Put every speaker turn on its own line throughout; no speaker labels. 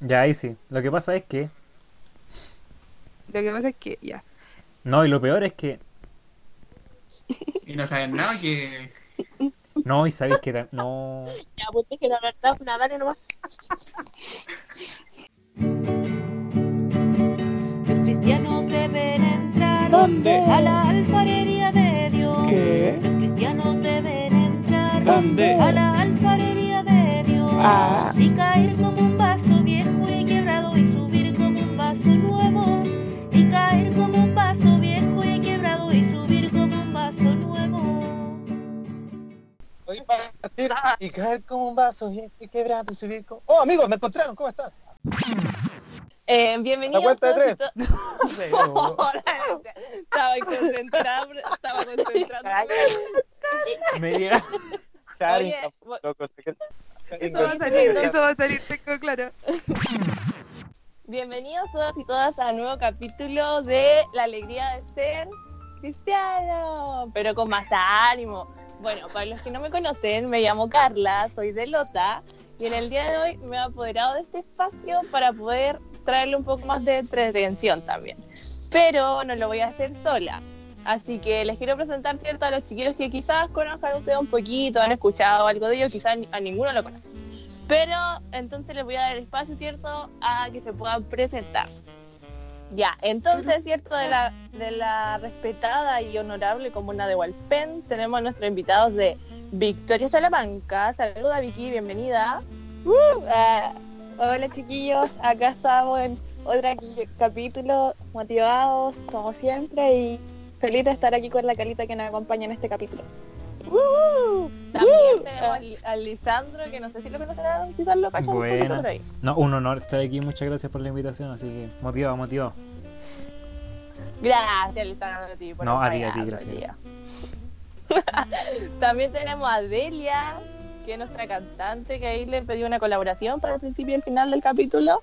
Ya, ahí sí. Lo que pasa es que.
Lo que pasa es que, ya.
No, y lo peor es que.
Y no saben nada que.
No, y sabéis que. ta- No.
Ya, pues es que la verdad, una dale nomás.
Los cristianos deben entrar
¿Dónde?
a la alfarería de Dios.
¿Qué?
Los cristianos deben entrar
¿Dónde?
a la alfarería de Dios.
Ah.
Y caer como un vaso viejo y quebrado y subir como un vaso nuevo. Y caer como un vaso viejo y quebrado y subir como un vaso nuevo.
Voy para hacer y caer como un vaso y y quebrado y subir como... ¡Oh, amigos, me encontraron! ¿Cómo están?
Eh,
La
bienvenidos
cuenta de
todos y
tres.
to-
Pero-
Hola, estaba concentrada, estaba concentrada.
Me diga.
Karin,
Oye, bo-
loco, sé que-
eso va a salir, eso va a salir, tengo claro. Bienvenidos todos y todas a un nuevo capítulo de La alegría de ser cristiano, pero con más ánimo. Bueno, para los que no me conocen, me llamo Carla, soy de Lota y en el día de hoy me he apoderado de este espacio para poder traerle un poco más de entretención también. Pero no lo voy a hacer sola. Así que les quiero presentar cierto a los chiquillos que quizás conozcan ustedes un poquito, han escuchado algo de ellos, quizás ni- a ninguno lo conocen. Pero entonces les voy a dar espacio, ¿cierto?, a que se puedan presentar. Ya, entonces, ¿cierto?, de la, de la respetada y honorable comuna de Hualpén, tenemos a nuestros invitados de Victoria Salamanca. Saluda, Vicky, bienvenida.
Uh, eh, hola chiquillos, acá estamos en otro capítulo, motivados como siempre y feliz de estar aquí con la Calita que nos acompaña en este capítulo.
Uh, También tenemos al- a Lisandro, que no sé si lo conocerán, quizás lo cachan un poquito
Buena.
por ahí.
No, un honor estar aquí. Muchas gracias por la invitación. Así que, motivado, motivado.
Gracias, Lisandro, a ti por
No, a ti,
acompañarnos,
a ti, gracias.
tía. También tenemos a Delia, que es nuestra cantante, que ahí le pedí una colaboración para el principio y el final del capítulo.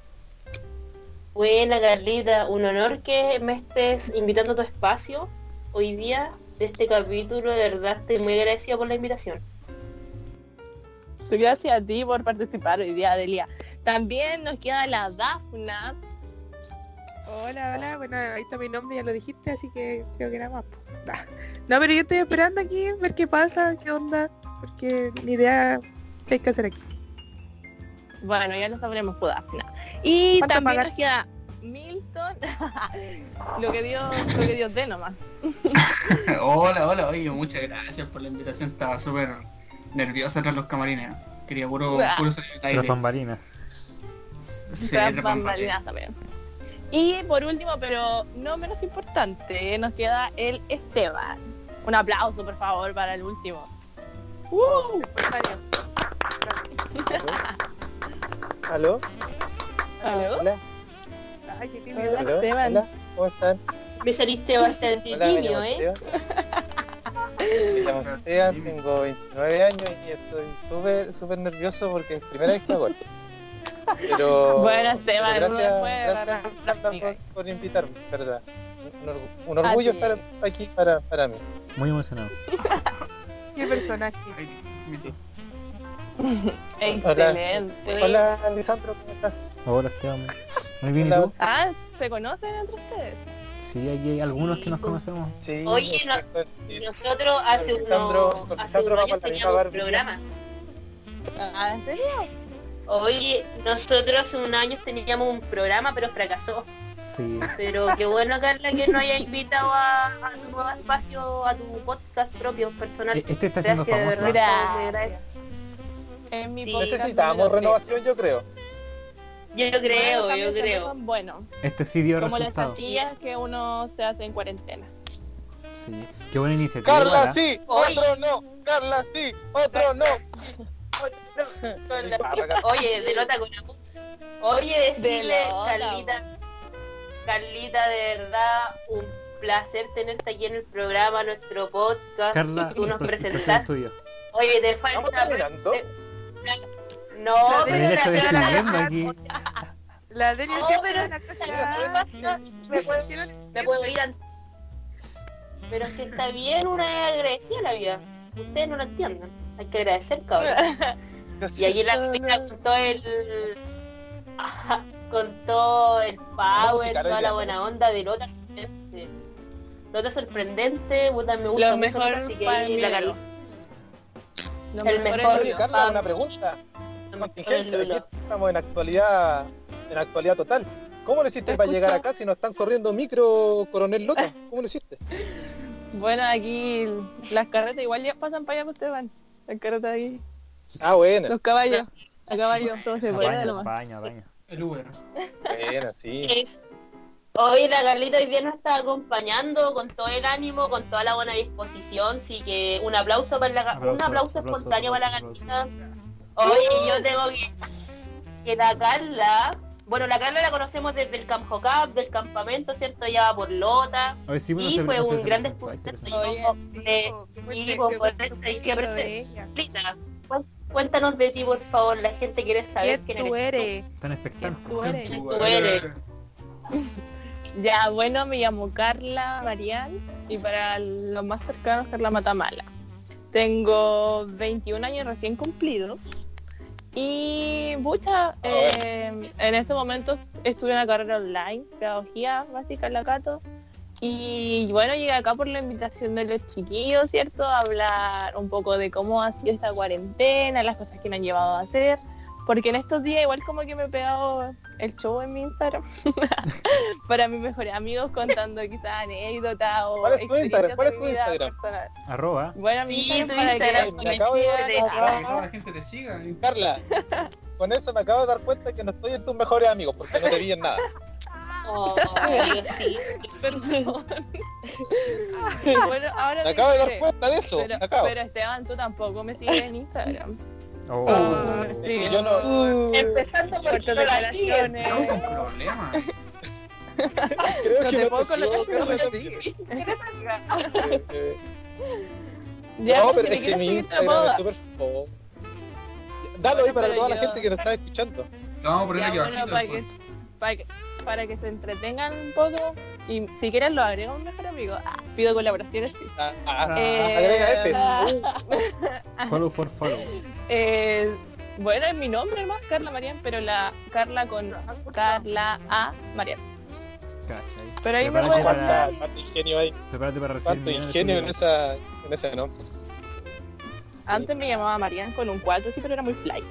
Buena Carlita, un honor que me estés invitando a tu espacio hoy día de este capítulo, de verdad estoy muy agradecida por la invitación.
Gracias a ti por participar hoy día, Delia. También nos queda la Dafna.
Hola, hola, bueno, ahí está mi nombre, ya lo dijiste, así que creo que era más. po. Bah. No, pero yo estoy esperando aquí, ver qué pasa, qué onda, porque ni idea qué hay que hacer aquí.
Bueno, ya lo sabremos por Dafna. Y
¿Cuánto
también
pagar?
nos queda Milton. lo que Dios, lo que Dios dé nomás.
Hola, hola, oye, muchas gracias por la invitación. Estaba súper nerviosa tras los camarines. Quería puro, puro salir al aire.
Las bambalinas.
Sí,
Tras
tras bambalinas.
bambalinas también. Y por último, pero no menos importante, nos queda el Esteban. Un aplauso, por favor, para el último. ¡Uh!
¿Aló?
¿Aló?
Hola,
Ay, qué tímido.
Hola,
aló,
Esteban.
hola, ¿cómo están?
Me saliste bastante
Hola, me
tímido,
llamo
¿eh?
Esteban. Me llamo Esteban, tengo 29 años y estoy súper, súper nervioso porque es la primera vez que hago esto. Pero...
Bueno, Esteban,
pero
uno
gracias,
después agarra
gracias Carla,
práctica.
por, por invitarme, de verdad. Un, orgu- un orgullo
Así
estar aquí para, para mí.
Muy emocionado.
Qué personaje.
Ay, mira.
Excelente.
Hola, Lisandro, ¿cómo estás?
Hola, Esteban. Muy bien, ¿y
Hola.
tú?
Ah, ¿se conocen entre ustedes?
Sí, aquí hay algunos
Sí,
que nos
pues.
conocemos.
Sí,
Oye, no-
estoy-
Nosotros hace
Con Lisandro-
unos,
con
hace
Lisandro
unos
vamos a
años
la misma
teníamos un
Barbie.
programa.
Ah, ¿en serio?
Oye, nosotros hace unos años teníamos un programa, pero fracasó.
Sí.
Pero qué bueno, Carla, que nos haya invitado a, a tu nuevo espacio, a tu podcast propio, personal.
E- Este está siendo
Gracias, de
famoso.
verdad.
¿eh?
Gracias.
Gracias.
En mi
Sí.
podcast
Necesitamos
número
renovación, yo creo.
Yo
tres.
creo,
Bueno,
yo
también
creo.
son buenos,
Este sí dio
como las
resultado.
chasillas que uno se hace en cuarentena.
Sí. Qué buena iniciativa.
Carla
¿verdad?
sí,
Oye.
otro no. Carla sí, otro no.
Oye, delota con amor. Oye, decirle,
Delota,
Carlita, Carlita, de verdad, un placer tenerte aquí en el programa, nuestro podcast.
Carla, pues,
Tú nos
pre- presenta el
presentaste.
tuyo.
Oye, te
Estamos
falta...
caminando.
No,
Pero ya
Pero
pero
está
la verdad-
descubriendo aquí.
La Delia
No,
siempre
pero-
es una
¿Sabes qué
cosa.
pasa?
Me
Me puedo,
pusieron-
me puedo ir antes. Pero es que está bien una vez agradecida la vida. Ustedes no lo entienden. Hay que agradecer, cabrón. Y allí la Carlita contó el... con todo el
No,
power,
sí, claro, ya,
toda la buena onda de Lota sorprendente. Lota sorprendente, puta, me gusta
Lo
mucho
mejor
Lota, así que
para
ahí
mí
la
era
ganó.
Lo
El
mejor
mejor
Oye,
Lulo.
Carla, una pregunta.
Lo mejor es
Contingente, de
Lulo.
que estamos en actualidad, en actualidad total. ¿Cómo lo hiciste
¿Me
para llegar
escucha?
acá si no están corriendo micro, coronel Lota? ¿Cómo lo hiciste?
Bueno, aquí las carretas igual ya pasan para allá, pues te van. Las carretas ahí.
Ah, bueno.
Los caballos. A caballo, todo se puede
Apaña,
nomás.
apaña, apaña.
El Uber.
Bueno, sí.
Es- Hoy la Carlita hoy día nos está acompañando con todo el ánimo, con toda la buena disposición, así que un aplauso para la Ga- un
Aplausos,
aplauso
aplausos,
espontáneo para la
aplausos.
Carlita. Hoy yo tengo que que la Carla, bueno la Carla la conocemos desde el Camp Hocap, del campamento, ¿cierto? Ya por Lota.
Hoy sí, bueno,
Y
se-
fue
no se-
un
se
gran
presentó, hay que
descubrimiento.
presentar.
Oye, eh, y por eso hay que aprender.
ella.
Carlita, cu- cuéntanos de ti por favor, la gente quiere saber quién
¿Quién tú eres?
Están expectantes.
Tú eres.
Tú eres.
Ya, bueno, me llamo Carla Marian y para los más cercanos, Carla Matamala. Tengo 21 años recién cumplidos y mucha, eh, en este momento estuve en la carrera online, pedagogía básica en la Cato y bueno, llegué acá por la invitación de los chiquillos, ¿cierto? A hablar un poco de cómo ha sido esta cuarentena, las cosas que me han llevado a hacer, porque en estos días igual como que me he pegado el show en mi Instagram para mis mejores amigos contando quizás anécdotas o
¿Cuál es tu Instagram? ¿Cuál es
experiencias de mi
tu
vida
Instagram?
personal.
Arroba.
Bueno, mi
Sí, tu
Instagram para que
Instagram.
la-
Me acabo de
Eres.
dar-
Ah.
Para que toda la gente te siga. ¿eh? y-
Carla, con eso me acabo de dar cuenta que no estoy en tus mejores amigos porque no te vi en nada.
Oh, Dios, sí, es verdad.
bueno,
Me
ahora sí
acabo de
sé,
dar cuenta de eso. Me
Pero,
acabo.
pero Esteban, tú tampoco me sigues en Instagram.
Oh.
Ah,
Oh.
Es que yo no...
Uh,
Empezando por
Fuertes
no la
declaraciones.
sigues.
No, un problema.
Creo
No
que
te
me
puedo colocar
tocó-
como
creo
sigue.
Y si quieres ayudar,
que- eh,
Ya,
no, pero
pues, si
es
te
que
quieres
mi
seguir, te
Instagram
puedo
es
dar.
súper... oh. Dalo ahí
Bueno,
para
pero
toda la
yo-
gente que nos está escuchando.
Lo vamos a poner
Ya,
aquí
bueno,
abajito.
para que,
después.
para, que, para que se entretengan un poco y si quieren lo agrego a un mejor amigo. Ah, pido colaboraciones. sí.
Ah, ah,
Eh,
agrega este.
Follow for follow.
Eh, bueno, es mi nombre más Carla Marian, pero la Carla con Carla A Marian.
Cachai.
Pero ahí me
Prepárate
pueden
para-
mandar.
Cuánta- cuánto ingenio hay,
Prepárate para recibir
cuánto
millones de
ingenio en
seguidores.
esa, en ese nombre.
Antes me llamaba Marian con un 4, sí, pero era muy flight.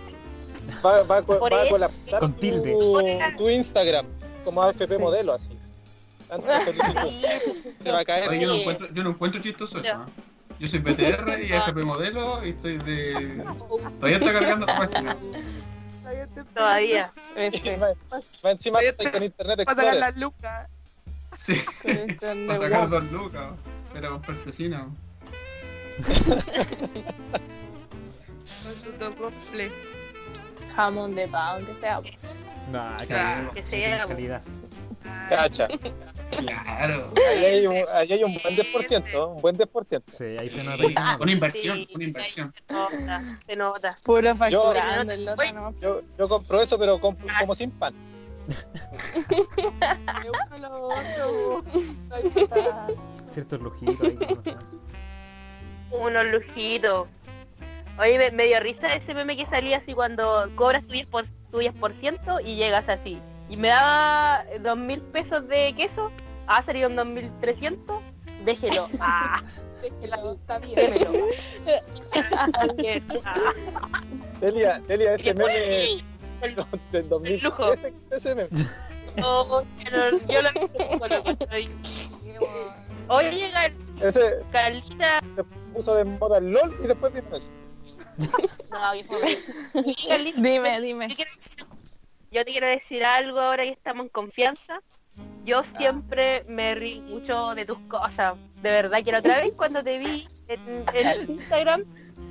va, va, a co-
Por
va a
eso.
colapsar
Con
tu-
tilde.
tu, Instagram como AFP
Sí.
modelo así. Tanta solicitud. Te va a
Oye,
caer.
yo, no encuentro, yo no encuentro chistoso eso. ¿eh? Yo soy PTR
Ah.
y FP modelo y estoy de... Todavía está cargando ¿eh? la página.
Todavía.
Este,
Va, va encima estoy con Internet
Para sacar
Explorer.
las lucas.
Sí,
con este
para
nuevo-
sacar dos lucas. Pero con persecina.
Con su doble.
jamón de pavo, aunque sea. pues.
Nah,
Sí,
cachai.
que
No
sea,
tiene
vos.
calidad.
Cacha.
Claro.
Ahí hay un, ahí hay un buen 10%, un buen 10%.
Sí, ahí se
Sí,
nota.
Una inversión,
Sí,
una inversión.
Se nota, se nota.
Puro
Pero
facturando
no-
el lote nomás.
Yo, yo compro eso, pero compro como sin pan.
Ciertos lujitos ahí. que no se ven.
Unos lujitos. Oye, me, me dio risa ese meme que salía así cuando cobras tu 10%, por, tu 10% y llegas así. Y me daba dos mil pesos de queso, Ah, ha salido en 2300, déjelo. Ah,
Déjelo, está bien.
déjelo. Está bien. Ah,
Delia, Delia, ese
qué
Este meme
bonito. El-
del 2000.
lujo.
Ese, ese meme.
oh, pero yo lo yo lo encontré. Oye, Gal-
Ese
Carlita,
puso de moda el LOL y después vino eso.
no, qué fome. Oye, Carlita,
Dime, dime.
Yo quiero decir- Yo te quiero decir algo ahora que estamos en confianza. Yo siempre me río mucho de tus cosas. De verdad que la otra vez cuando te vi en, en Instagram,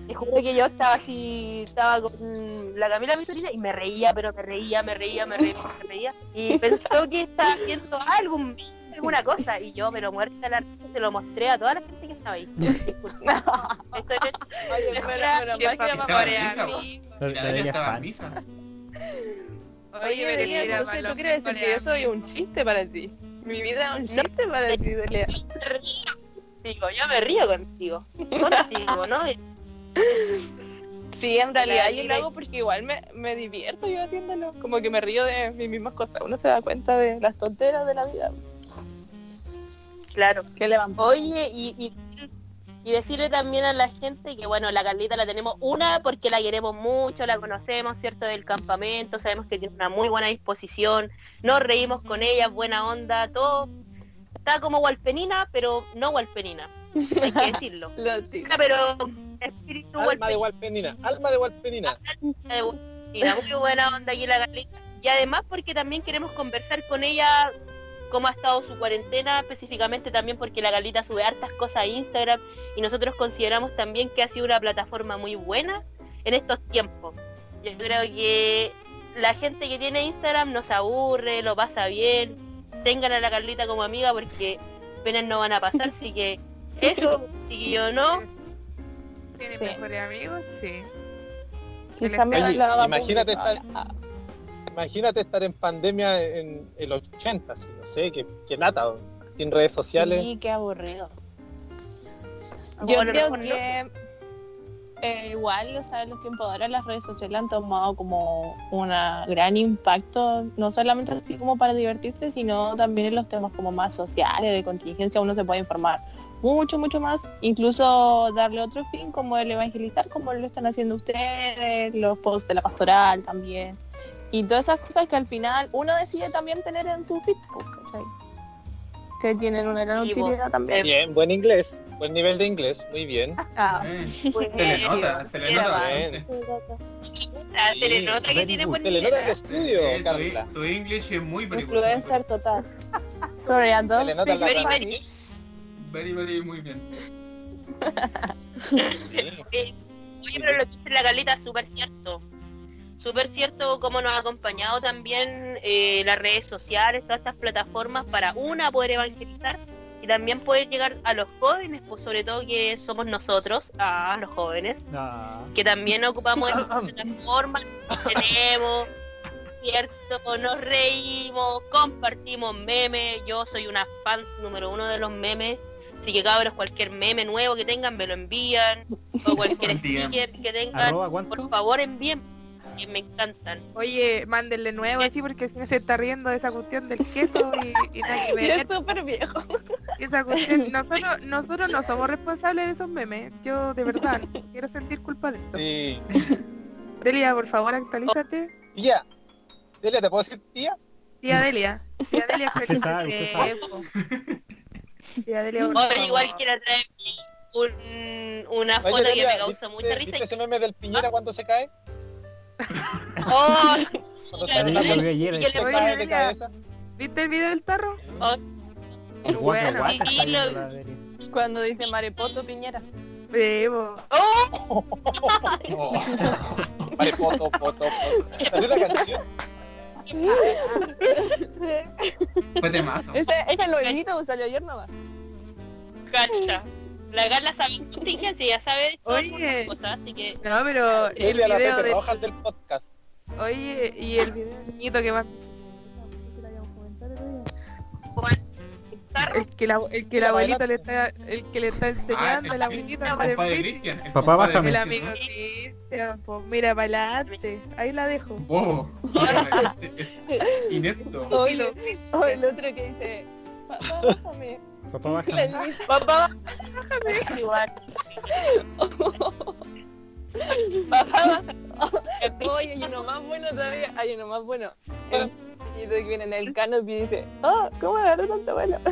te juro que yo estaba así, estaba con la Camila mi sobrina y me reía, pero me reía, me reía, me reía, me reía. Y pensó que estaba haciendo algo, un- alguna cosa. Y yo, pero muerta la risa, te lo mostré a toda la gente que estaba ahí. Disculpa. Estoy-
Oye, pero, pero,
Qué
más que era
papá
para
risa,
mí.
La-
Mira,
la
ella
Delia es
estaba en
fan.
misa.
Oye, me
Delia,
decía,
entonces tú quieres decir que yo soy un chiste para ti. Mi vida es un
No.
chiste para ti, Delia.
Digo, yo me río contigo. Contigo, ¿no?
Sí, en realidad yo lo
mira,
hago porque igual me, me divierto yo haciéndolo. Como que me río de mis mismas cosas. Uno se da cuenta de las tonteras de la vida.
Claro. Que le van. Oye, y, y, y decirle también a la gente que, bueno, la Carlita la tenemos una porque la queremos mucho, la conocemos, ¿cierto? Del campamento, sabemos que tiene una muy buena disposición, nos reímos con ella, buena onda, todo. Está como gualpenina, pero no gualpenina. Hay que decirlo.
Lo digo.
Pero espíritu
Alma de
gualpenina.
Walpenina, alma de Walpenina.
Eh, Agustina, muy buena onda aquí la Carlita. Y además porque también queremos conversar con ella cómo ha estado su cuarentena, específicamente también porque la Carlita sube hartas cosas a Instagram y nosotros consideramos también que ha sido una plataforma muy buena en estos tiempos. Yo creo que la gente que tiene Instagram no se aburre, lo pasa bien, tengan a la Carlita como amiga porque penas no van a pasar, así que eso, si yo no,
¿Tiene
Sí.
mejores amigos? Sí.
Quizá me
Oye,
lo haga
imagínate
público.
Imagínate estar en pandemia en el 80, si no sé, que, que lata, o sin redes sociales.
Sí, qué aburrido. Yo
Como lo
creo
mejor, ¿no?
que eh, igual, o sea, los tiempos de ahora las redes sociales han tomado como un gran impacto, no solamente así como para divertirse, sino también en los temas como más sociales, de contingencia, uno se puede informar mucho, mucho más, incluso darle otro fin como el evangelizar, como lo están haciendo ustedes, los posts de la pastoral también, y todas esas cosas que al final uno decide también tener en su Facebook, ¿cachai? Que tienen una gran
Sí, vos.
utilidad también.
Bien, buen inglés, buen nivel de inglés, muy bien.
Ah,
Eh,
pues,
se le nota, se le nota.
Bien.
se le nota que
very
tiene
good.
buen
Se le nota
nivel.
que estudio,
Eh,
Carla.
tu, tu English es muy película.
influencer total. Sorry, I
Se
don't
le nota
speak
la
very,
cara.
very.
Very, very, muy bien.
Sí.
Eh, Oye, pero lo que dice la Carlita es súper cierto. Súper cierto cómo nos ha acompañado también eh, las redes sociales, todas estas plataformas para una poder evangelizar y también poder llegar a los jóvenes, pues sobre todo que somos nosotros, a los jóvenes,
Ah,
que también ocupamos estas plataformas, que tenemos, ¿cierto? Nos reímos, compartimos memes, yo soy una fans número uno de los memes, así que cabros, cualquier meme nuevo que tengan me lo envían, o cualquier
Digan.
sticker que tengan,
arroba cuánto?
por favor envíen, que me encantan.
Oye, mándenle nuevo así porque si no se está riendo de esa cuestión del queso y, y nada que ver.
Es súper viejo.
Esa cuestión- Nosotros, nosotros no somos responsables de esos memes. Yo de verdad no quiero sentir culpa de esto.
Sí.
Delia, por favor, actualízate.
Tía, Delia, ¿te puedo decir tía?
Tía Delia. Tía Delia,
Usted sabe, usted sabe.
po. Tía Delia, por
Ahora
favor.
igual quiero traer un- una
Oye,
foto que
Delia,
me
¿viste-
causa mucha risa. Ah.
¿Viste ese meme del piñera cuando se cae?
¡Oh!
Cuando
Claro,
se
Yo lo
cae
vi ayer.
Y que
se
le-
Oye,
cae de
Delia.
cabeza.
¿Viste el video del tarro?
Oh.
El guapo,
Bueno.
guapo,
Sí,
está
lo-
viendo la serie.
Cuando dice Marepoto Piñera.
Sí, po.
Oh,
Vale, foto, foto, foto. Salió la canción.
fue temazo.
Ese, ese lo edito, salió ayer nomás.
Cacha. La Carla sabe contingencia, ya sabe todas
Oye.
muchas cosas, así que
No, pero el
Delia, la
video
foto
del...
roja del podcast.
Oye, y el video del niñito que va...
Carro,
El que la, el que la
Adelante.
abuelita le está, el que le está enseñando a la abuelita
Ah, el
para el
compadre
fit,
Cristian. el
Papá,
compadre
bájame.
el
Cristian.
amigo Cristian, po. mira para adelante, ahí la dejo.
Bobo. Es inepto.
O el, o el otro que dice, papá, bájame.
Papá, baja.
La niña, Papá, bájame. Igual. Papá, bájame. Oye, hay uno más bueno todavía. Hay uno más bueno.
Ah.
El niñito que viene en el canopy y dice, oh, ¿cómo agarró tanto vuelo?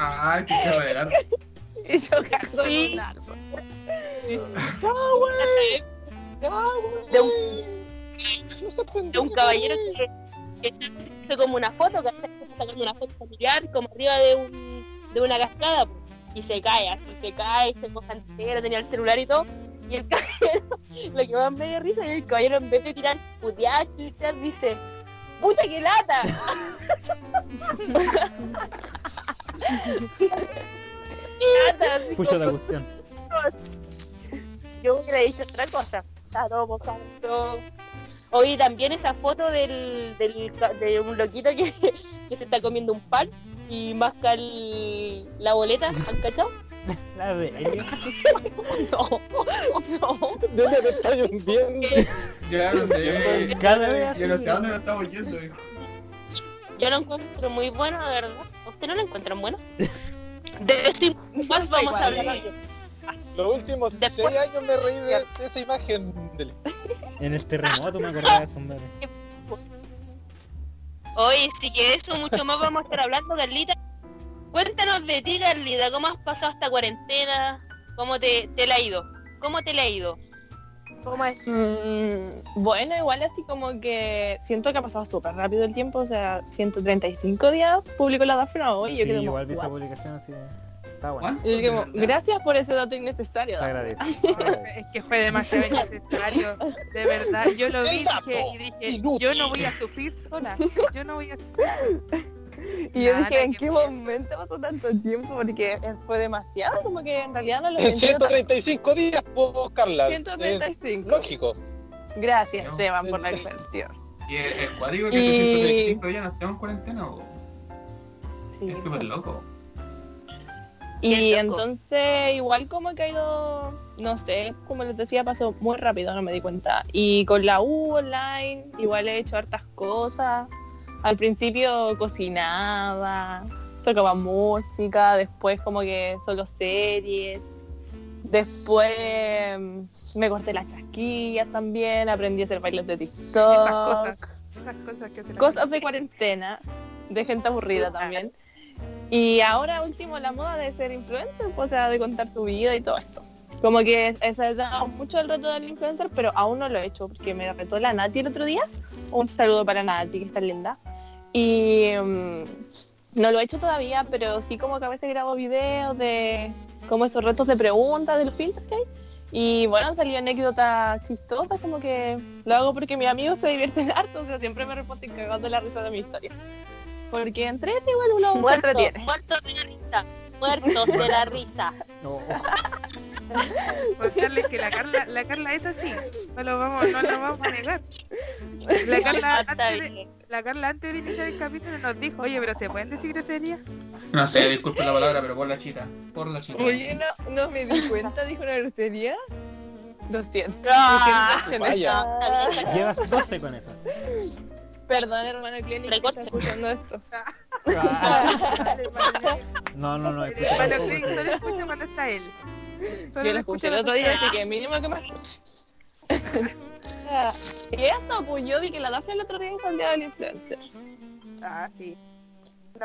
Ah, qué cabrón.
Y yo cago en un árbol. No, güey. No, güey.
De un-
No se prende.
de un caballero que, que está haciendo como una foto, que está sacando una foto familiar, como arriba de, un, de una cascada, po. y se cae así, se cae, se moja entera, tenía el celular y todo, y el caballero, lo que más me dio risa, y el caballero en vez de tirar puteadas, chuchas, dice, ¡pucha que lata! lata así
Pucha la
como-
cuestión.
yo hubiera dicho otra cosa. Está todo mojado, todo. Oye, también esa foto del, del ca- de un loquito que, que se está comiendo un pan y masca el- la boleta, ¿han cachado?
La de
No, no.
¿Dónde me está hundiendo?
Ya no sé.
Cada vez
Yo no sé
así.
a dónde nos estamos yendo, hijo.
Yo lo encuentro muy bueno, de verdad. ¿Usted no lo encuentran bueno? De eso y más vamos a hablar.
Los últimos
Después-
seis años me reí de, de esa imagen. del-
En el terremoto me acordaba de esos memes.
Oye, sí que eso mucho más vamos a estar hablando, Carlita. Cuéntanos de ti, Carlita. ¿Cómo has pasado esta cuarentena? ¿Cómo te, te la ha ido? ¿Cómo te la ha ido? ¿Cómo es?
Mm, bueno, igual así como que siento que ha pasado súper rápido el tiempo, o sea, 135 días publicó la Dafna hoy.
Sí,
yo creo
igual vi
que
esa publicación así. Está bueno.
Y yo como, gracias por ese dato innecesario.
Se
Dafna".
agradece.
Es que fue demasiado innecesario, de verdad. Yo lo vi dije- y dije, yo no voy a sufrir sola. Yo no voy a sufrir.
Y yo
Nada,
dije, ¿en
qué
qué
miedo.
momento pasó tanto tiempo? Porque fue demasiado, como que en realidad no lo
En
pensé tanto.
135 días puedo buscarla. Es
135.
Lógico.
Gracias,
No.
Esteban, por la aclaración.
Y el, el cuadrigo
Y-
que y... ya no estamos en cuarentena, bo.
Sí.
es súper loco.
Y
Qué loco.
entonces igual como que ha ido, no sé, como les decía, pasó muy rápido, no me di cuenta. Y con la U online igual he hecho hartas cosas. Al principio cocinaba, tocaba música, después como que solo series. Después mm, me corté las chasquillas también, aprendí a hacer bailes de TikTok.
Esas cosas. Esas cosas que se las-
cosas de cuarentena, de gente aburrida también. Y ahora último la moda de ser influencer, pues, o sea, de contar tu vida y todo esto. Como que esa ha dado mucho el reto del influencer, pero aún no lo he hecho porque me retó la Nati el otro día. Un saludo para Nati, que está linda. Y mm, no lo he hecho todavía, pero sí como que a veces grabo videos de como esos retos de preguntas de los filtros que hay. Y bueno, han salido anécdotas chistosas, como que lo hago porque mis amigos se divierten harto, o sea, siempre me responden cagando la risa de mi historia. Porque entre este igual uno se
Muertos,
entretiene.
muertos de la risa. Muertos de la risa.
No,
Contarles que la Carla, la Carla es así. No lo vamos, no lo vamos a negar. La Carla,
Hasta
antes de, la Carla antes de iniciar el capítulo nos dijo, oye, pero ¿se pueden decir groserías?
No sé, disculpe la palabra, pero por la chica. Por la chica.
Oye, no, no me di cuenta, dijo una grosería. Lo siento.
Ah,
lo siento,
vaya.
Jonathan.
llevas 12 con eso.
Perdón, hermano Clínico,
Recorta.
está escuchando esto.
Ah, No, no, no. escucha,
Para los
tampoco.
que solo escucha cuando está él. Solo
Yo lo escuché el
cuando está
otro día,
él.
así que mínimo que me escuche. y eso, pues yo vi que la Dafne el otro día hizo el día del influencer.
Ah, sí.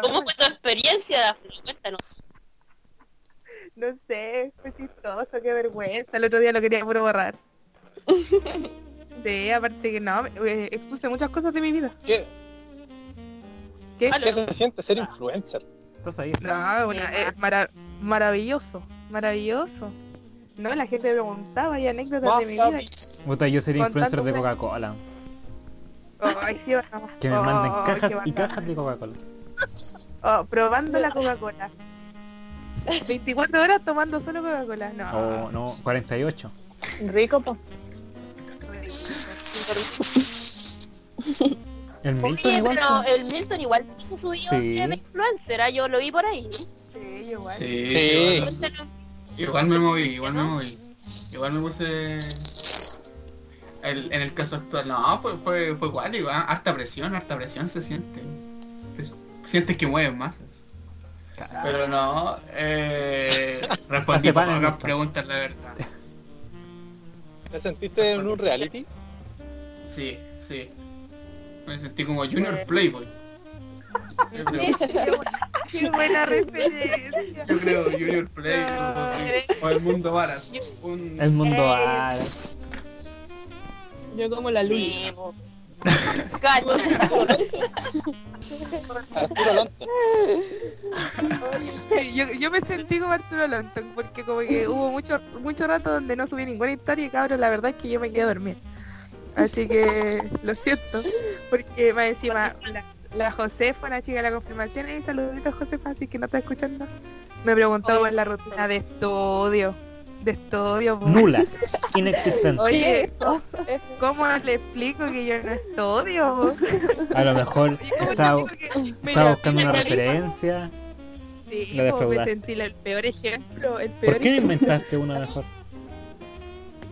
¿Cómo fue tu experiencia, Dafne? Cuéntanos.
No sé, fue chistoso, qué vergüenza. El otro día lo quería puro borrar. Sí, aparte que no, eh, expuse muchas cosas de mi vida.
¿Qué,
¿Qué?
Ah,
¿Qué se siente ser influencer?
Estás ahí.
No, una- es mara- maravilloso, maravilloso. No, la gente preguntaba y anécdotas de mi vida.
Puta, yo sería
Con
influencer
tanto
de
pre-
Coca-Cola.
Oh, ay, sí, vamos.
Que me
Oh,
manden
qué
cajas y
bacán.
cajas de Coca-Cola.
Oh, probando la Coca-Cola. 24 horas tomando solo Coca-Cola. No.
O Oh, no, 48.
Rico, pues.
El Milton
Oye,
igual.
pero el Milton igual hizo su video
Sí.
de influencer, ¿ah? yo lo vi por ahí.
Sí, igual.
Sí,
Sí.
Igual,
Cuéntanos.
igual me moví, igual me moví. Igual me puse... el- en el caso actual, no, fue, fue, fue cuático, ¿ah? harta presión, harta presión se siente. Se- Sientes que mueven masas. Pero no, eh, respondí
Hace pan
como
en
las
esto.
preguntas, la verdad.
¿Te sentiste en un reality?
Sí, sí. Me sentí como Junior Playboy. Yo creo,
Qué buena referencia.
yo creo Junior Playboy. O el mundo varas. Un...
El mundo
Ey.
árabe.
Yo como la Luli.
Sí, po. Cacho.
Arturo Lonto.
Yo, yo me sentí como Arturo Lonton porque como que hubo mucho mucho rato donde no subí ninguna historia y cabrón, la verdad es que yo me quedé dormida. Así que lo siento, porque más encima la, la José fue una chica de la confirmación y saluditos Josefa, así que no está escuchando. Me preguntó cuál es la rutina de estudio, de estudio. po.
Nula. Inexistente.
Oye, eh, ¿cómo le explico que yo no estudio? po?
A lo mejor
¿Y cómo le
estaba,
explico que me
estaba
la-
buscando
la
una
realizo?
referencia.
Sí,
La de
po, me
feudal.
sentí la- el peor ejemplo. El peor
¿Por qué no
ejemplo.
inventaste una mejor?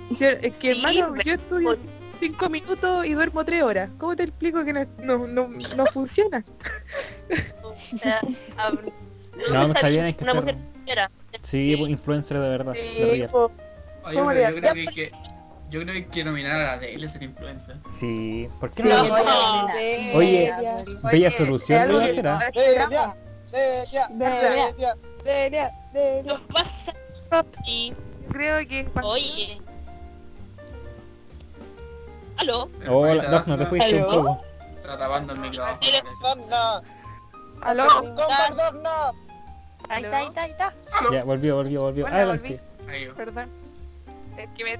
Yo- es que,
Sí,
hermano,
pero-
yo estudio cinco minutos y duermo tres horas. ¿Cómo te explico que no, no, no, no funciona?
No, está bien, hay que
una
ser.
mujer sincera.
Sí, pues, influencer de verdad. de real.
po.
Oye,
¿Cómo
pero
le-
yo creo que, hay que yo creo que hay que nominar a la DL ser influencer.
Sí, ¿por qué
Sí,
no?
voy a
No.
ver.
Oye, Bella
Oye,
solución
algo
lo
que-
será.
Eh, Delia, Delia,
Delia.
Delia.
Debería, debería.
Nos pasa y
Creo que...
oye. ¿Aló?
Hola, Dafna, te fuiste un
¿Aló?
poco.
Está tapando el micrófono. parece.
Donna,
Aló.
compa Donna.
Ahí
está, ahí está, ahí está.
Aló.
Ya, volvió, volvió, volvió.
Hola,
Adelante.
Ahí va.
Perdón. Es que me,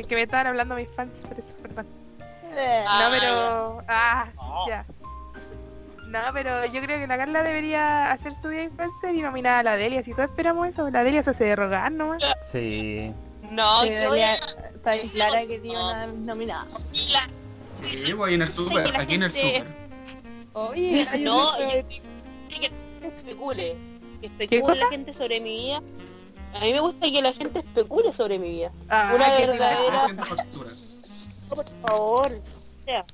es que me estaban hablando mis fans, por eso, perdón.
Ah,
No, pero... Ah, ya. No, pero yo creo que la Carla debería hacer su día de influencer y nominar a la Delia. Si todos esperamos eso, la Delia se hace de rogar nomás.
Ah,
Sí.
No, yo voy a
Está bien clara que tiene una nominada.
Sí, voy en el super, aquí en el super.
Oye, hay un
No,
grupo
yo
de-
estoy- que la gente especule. Que
¿Qué
especule
cosa?
la gente sobre mi vida. A mí me gusta que la gente especule sobre mi vida.
Ah,
Una
qué
verdadera-
rico.
Haciendo factura.
Por favor. O sea.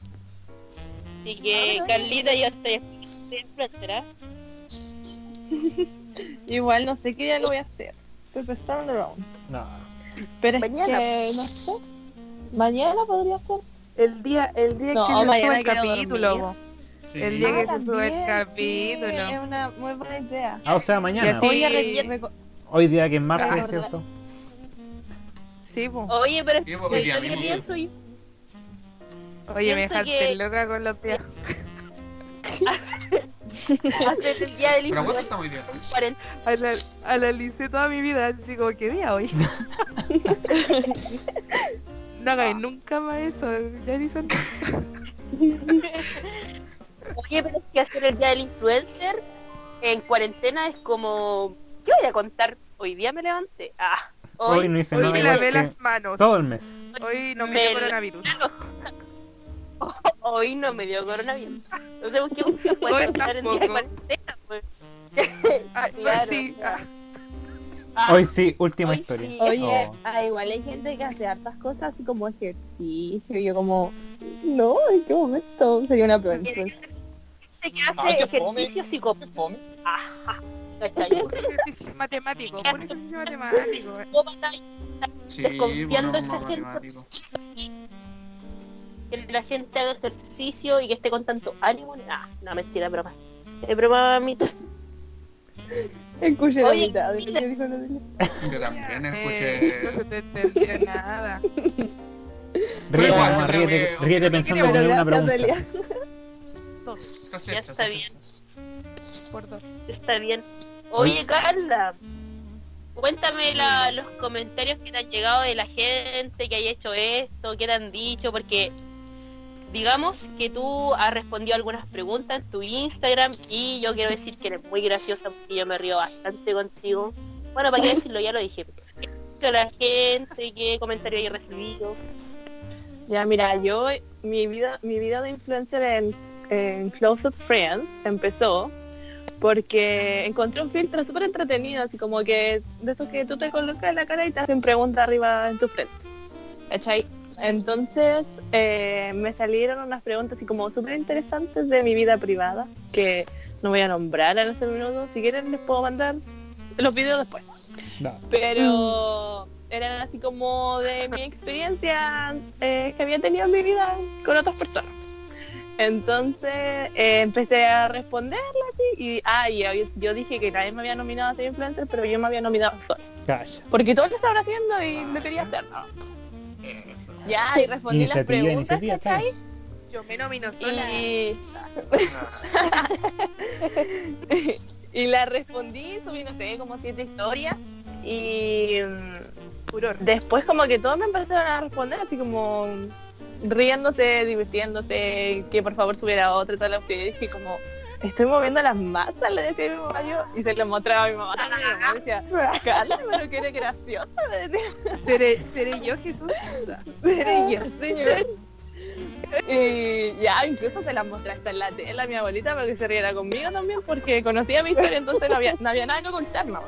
Así que Carlita yo estoy estoy influencer, ¿ah?
Igual no sé qué día lo voy a hacer. Estoy pensando lo vamos.
No.
Pero es
Mañana.
que no sé. Mañana podría ser.
El día, el día
No,
que se
mañana
sube el
quiero
capítulo,
dormir.
po.
Sí.
El día que
Ah,
se sube el
también, sí, Es
capítulo.
una muy buena idea.
Ah, o sea,
Y
mañana.
así-
Oye, re- reco-
Hoy día que es
Ah.
martes, ¿cierto?
Sí, po.
Oye, pero
Sí, pues, hoy día
yo
mismo.
pienso yo.
Oye, me
Oh, pienso
dejaste
que-
loca con los pies.
Hacer el día del
Pero vos
influencer.
está muy bien.
Analicé toda mi vida, así como, ¿qué día hoy? no
Ah.
hagáis nunca más eso, Janison.
Oye, pero es que hacer el día del influencer en cuarentena es como... ¿Qué voy a contar? Hoy día me levanté. Ah, hoy,
Hoy no hice
Hoy
nada
me
igual
lavé
que
las manos.
todo el mes.
Hoy no me
Me
dio coronavirus.
hoy no me dio coronavirus. Entonces busquemos que
Hoy
puede contar en día de
tampoco.
cuarentena. pues.
Ah, hoy
Claro.
sí. ah,
Ah,
Hoy sí, última
hoy
historia.
sí.
Oye,
Oh.
ah, igual hay gente que hace hartas cosas así como ejercicio. Y yo como, no, ¿en qué momento? Sería una peor. influencia.
Gente que hace
Ay, qué fome.
ejercicio psicopático.
Fome.
¿cachai?
un ejercicio matemático, un ejercicio matemático.
Psicópata,
Sí,
Desconfiando
pues,
a esa
más
gente.
matemático.
Que la gente haga ejercicio y que esté con tanto ánimo. Ah, no, mentira, es broma. Es broma, mamita.
Escuché la
Oye,
mitad de lo que dijo Noelia.
Yo también
Eh,
escuché.
no se te entendió nada.
Ríete,
igual,
mamá,
pero
ríete,
voy a-
ríete
voy a-
pensando que no es una pregunta.
Noelia.
Está
Ya
cerca,
está
cerca.
Por dos.
Está bien. Oye, Carla, cuéntame la- los comentarios que te han llegado de la gente que haya hecho esto, que te han dicho, porque digamos que tú has respondido algunas preguntas en tu Instagram y yo quiero decir que eres muy graciosa porque yo me río bastante contigo. Bueno, para qué decirlo, ya lo dije. ¿Qué ha dicho la gente? ¿Qué comentario he recibido?
Ya, mira, yo, mi vida, mi vida de influencer en, en Closet Friends empezó porque encontré un filtro súper entretenido, así como que de esos que tú te colocas en la cara y te hacen preguntas arriba en tu frente. ¿Cachai? Entonces eh, me salieron unas preguntas así como súper interesantes de mi vida privada, que no voy a nombrar en este minuto, si quieren les puedo mandar los videos después
No.
pero eran así como de mi experiencia eh, que había tenido en mi vida con otras personas. Entonces eh, empecé a responderla así y, ah, y había- yo dije que nadie me había nominado a ser influencer, pero yo me había nominado sola.
Calla.
Porque todo lo estaba haciendo y no quería hacerlo. Ya, y respondí las
Iniciativa,
preguntas,
iniciativa,
¿cachai?
Yo me nomino sola.
Y, y la respondí, subí, no sé, como siete historias. Y mm,
Furor.
después como que todos me empezaron a responder así como riéndose, divirtiéndose, que por favor subiera otra y tal. Y yo dije como, estoy moviendo las masas, le decía a mi mamá yo, y se lo mostraba a mi mamá. Y mi mamá decía, Carla, pero que eres graciosa, me decía.
¿Seré, seré yo, Jesús?
Seré yo, señor. Y ya, incluso se las mostré hasta en la tele a mi abuelita para que se riera conmigo también, porque conocía mi historia, entonces no había, no había nada que contar, mamá.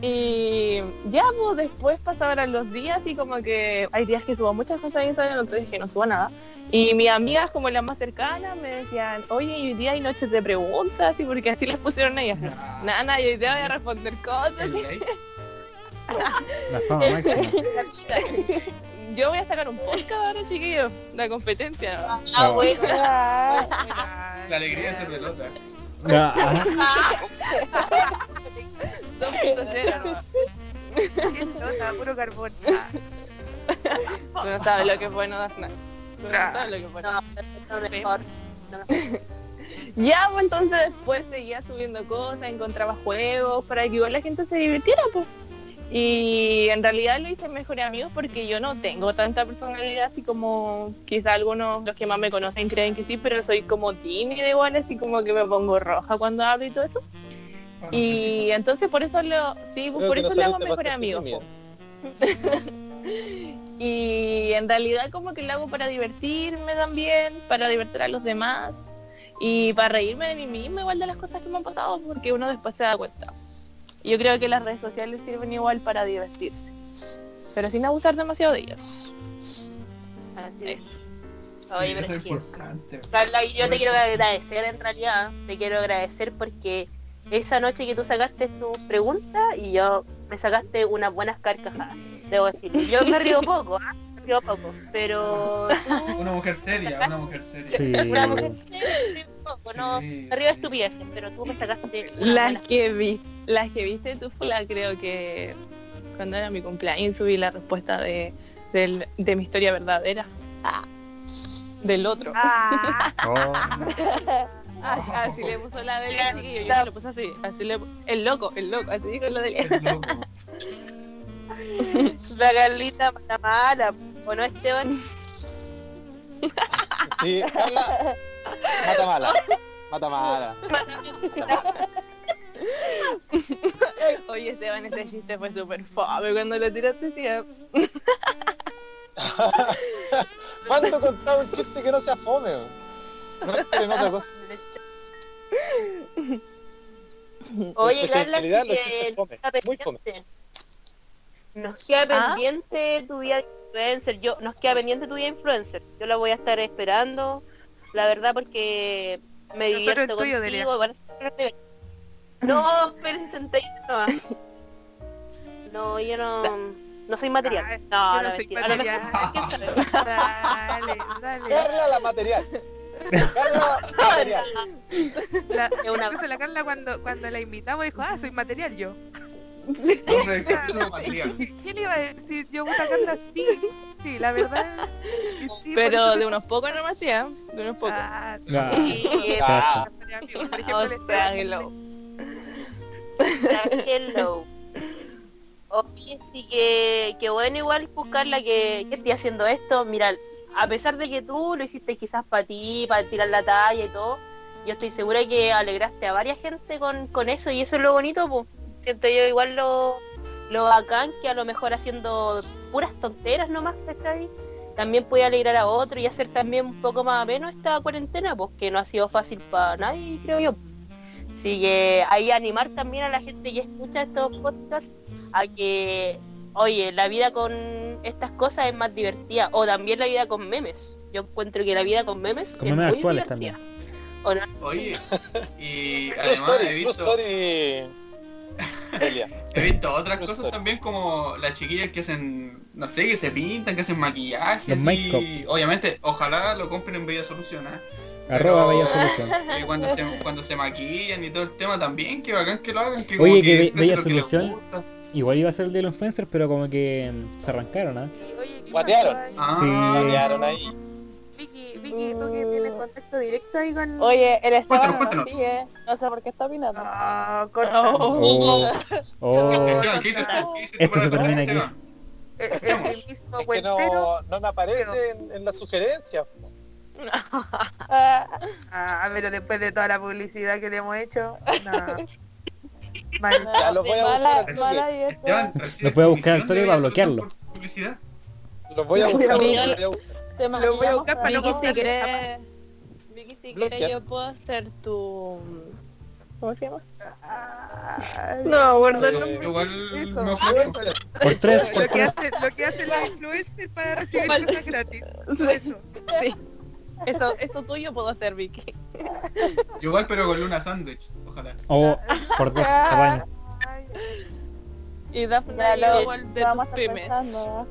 Y ya, pues después pasaban los días y como que hay días que subo muchas cosas en Instagram, otros días que no subo nada. Y mis amigas, como las más cercanas, me decían, oye, y hoy día hay noches de preguntas, y porque así les pusieron ellas. ¿no? Nada, nada, y hoy día voy a responder cosas.
Ah, El like.
La fama máxima.
Yo voy a sacar un podcast ahora, chiquillos, la competencia.
Ah,
La alegría de ser de Lota.
Ya, ah,
2.0.
Qué lota, puro carbón. Ah,
Tú no sabes lo que es bueno, Dafna. Tú no sabes lo que es bueno.
mejor.
Ya, pues entonces después seguía subiendo cosas, encontraba juegos para que igual la gente se divirtiera, pues. Y en realidad lo hice mejor amigos porque yo no tengo tanta personalidad así como quizá algunos, los que más me conocen creen que sí, pero soy como tímida igual, así como que me pongo roja cuando hablo y todo eso. Y entonces por eso lo, sí, pues,
Creo
por
que
eso
no
lo hago
saliste
mejor
bastante
amigos.
tímida.
po. Y en realidad como que lo hago para divertirme también, para divertir a los demás y para reírme de mí misma igual de las cosas que me han pasado porque uno después se da cuenta. Yo creo que las redes sociales sirven igual para divertirse, pero sin abusar demasiado de ellas.
Así es.
Eso.
Oye, pero
Eso
es
es
que-
importante.
Carla, y yo te quiero agradecer en realidad, te quiero agradecer porque esa noche que tú sacaste tu pregunta y yo me sacaste unas buenas carcajadas, debo decir. Yo me río poco, ¿ah? me río poco, pero tú,
Una mujer seria, una mujer seria.
sí.
una mujer
Mm.
seria, me río poco, no
Sí,
me río de
sí.
estupideces, pero tú me sacaste unas
Las
buenas-
que vi, las que viste tú fue la creo que cuando era mi cumpleaños subí la respuesta de, del- de mi historia verdadera. Ah, del otro.
Ah,
Oh,
Ah, así le puso la de la chiquillo, yo se lo puse así, así le el loco, el loco, así dijo la de
Es loco.
la Carlita mala mala, ¿o no Esteban?
Sí, Carla. Mata mala. Mata mala.
Oye Esteban, ese chiste fue súper fome cuando lo tiraste sí, ah.
¿Cuándo contaba un chiste que no sea fome? Resten otra cosa.
Oye,
En
Carla, así
realidad los
que
chistes
nos
fome,
queda
muy fome.
pendiente. Nos queda
¿Ah?
pendiente tu día de influencer. Yo, nos queda pendiente tu día de influencer. Yo la voy a estar esperando, la verdad, porque me
Yo espero el
divierto
tuyo, Delia.
contigo. parece que no te- No, espera 61 no. No, yo no, no soy material. No,
Ah, yo
no,
no soy
mentira. A lo mejor-
material.
¿quién sabe?
Dale, dale.
Carla la material. Carla la material.
La,
Es una-
incluso la Carla cuando, cuando la invitamos dijo, ah, soy material yo.
Entonces, Carla Matías.
¿Qué le iba a decir? Yo puta Carla sí. Sí, la verdad. que sí, por
Pero
eso-
de unos pocos nomás sí, ah, de unos pocos.
Ah,
ya.
Sí,
Ah,
Por ejemplo,
O
el
sea,
Esteban,
hello.
Hello. Oye, sí que, que bueno igual buscarla que, que estoy haciendo esto. Mira, a pesar de que tú lo hiciste quizás para ti, para tirar la talla y todo, yo estoy segura que alegraste a varias gente con, con eso y eso es lo bonito, pues. Siento yo igual lo, lo bacán que a lo mejor haciendo puras tonteras nomás, ¿cachai? También puede alegrar a otro y hacer también un poco más ameno esta cuarentena, pues que no ha sido fácil para nadie, creo yo. Así que ahí animar también a la gente que escucha estos podcasts a que, oye, la vida con estas cosas es más divertida. O también la vida con memes. Yo encuentro que la vida con memes
Con
es
memes
muy
actuales
divertida.
también.
Oye, y
True
además he
story, true
visto,
story. Delia.
he visto otras
True
cosas
story.
también como las chiquillas que hacen, no sé, que se pintan, que hacen maquillaje.
Los
así. Obviamente, ojalá lo compren en Bella Solución, ¿ah?
Arroba
Pero-
Bella Solución.
Y cuando se, cuando se maquillan y todo el tema también, que bacán que lo hagan. Que
Oye,
como
que Be-
expresen
Bella
lo que les
Solución-
gusta.
Igual iba a ser el de los influencers, pero como que mm, se arrancaron, ¿ah?
Oye, ¿qué
Guatearon.
pasó ahí?
Ah,
Sí.
Cambiaron ahí.
Vicky, Vicky, tú que tienes contacto directo ahí con...
Ah. Oye, el
Cuéntanos,
Esteban no
cuéntanos.
sigue, no sé por qué está opinando.
Ah, con-
Oh, oh.
Esteban, ¿qué dices tú? ¿Qué dices tú
Esto
para
se
todo,
termina aquí.
Esteban?
eh, eh, el mismo
Es que
cuentero.
no, no me aparece en, en las sugerencias.
Ah,
Ah, pero después de toda la publicidad que le hemos hecho, no. Mal.
Ya los voy a
mala-
buscar.
mala y Esteban.
Esteban,
Lo puede buscar al
comisión
Tony
de
para
Bella Solución
bloquearlo.
por publicidad.
Los voy a buscar. los
Mira,
voy a buscar.
Te
Lo voy a buscar para no
Vicky, si
contarle
querés, Vicky, si querés,
Bloquear.
yo puedo ser tu... ¿Cómo se llama?
No, guarda el
Eh,
nombre.
Igual
Eso.
me ofrece.
Influencer.
Por tres, por
Lo que,
tres.
hace, lo que hacen los influencers para recibir
Vale.
cosas gratis. Eso.
Eso, eso tuyo puedo hacer, Vicky.
Igual pero con Luna Sandwich, ojalá.
O Oh, por dos, Arraño.
Ay,
Y Daphne
Ya lo-
igual de
lo
tus
vamos a
pymes.
pensando.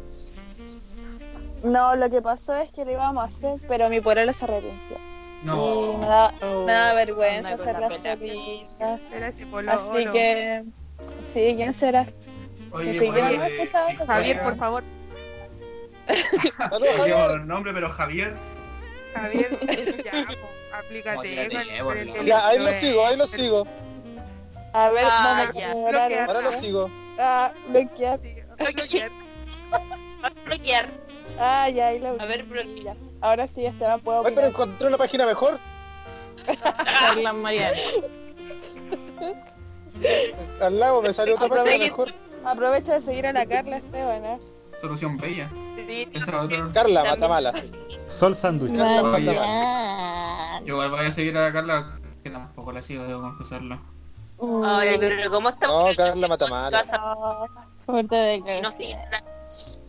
No, lo que pasó es que lo íbamos a hacer, pero mi pueblo se arrepintió. Y
No.
me da, me da
Oh, Anda
vergüenza
con la
hacer las
pena.
sopitas.
era ese polo,
Así
oro.
Eh,
que... Sí, ¿quién será?
Oye,
Sí,
bueno,
yo no
eh,
escuchaba eso.
Javier, por favor.
No digo el nombre, pero Javier.
Javier, ya, po, aplícate.
Módérate,
con el- con el
boludo.
Ya, ahí lo
influencer.
sigo, ahí lo sigo.
A ver,
Ah,
no me
ya.
ignoraron.
Ahora lo sigo.
Ah, bloquear.
Sí, bloquear.
Ah, ya, ahí lo
A ver, pero-
ya. Ahora sí, Esteban, puedo
Ay, pero
opinar.
encontré una página mejor.
Carla Mariana.
Al lado me salió otra página
Aprovecha.
mejor.
Aprovecha de seguir a la Carla Esteban, ¿eh?
Solución bella.
Sí,
Esa es otra.
Carla Matamala.
Sol sándwich.
Mariana.
Yo igual voy a seguir a Carla, que tampoco la sigo, debo confesarlo.
Mm.
Ay, pero ¿cómo estamos?
No, Carla Matamala.
Ah, fuerte de
Y
que-
No sigue.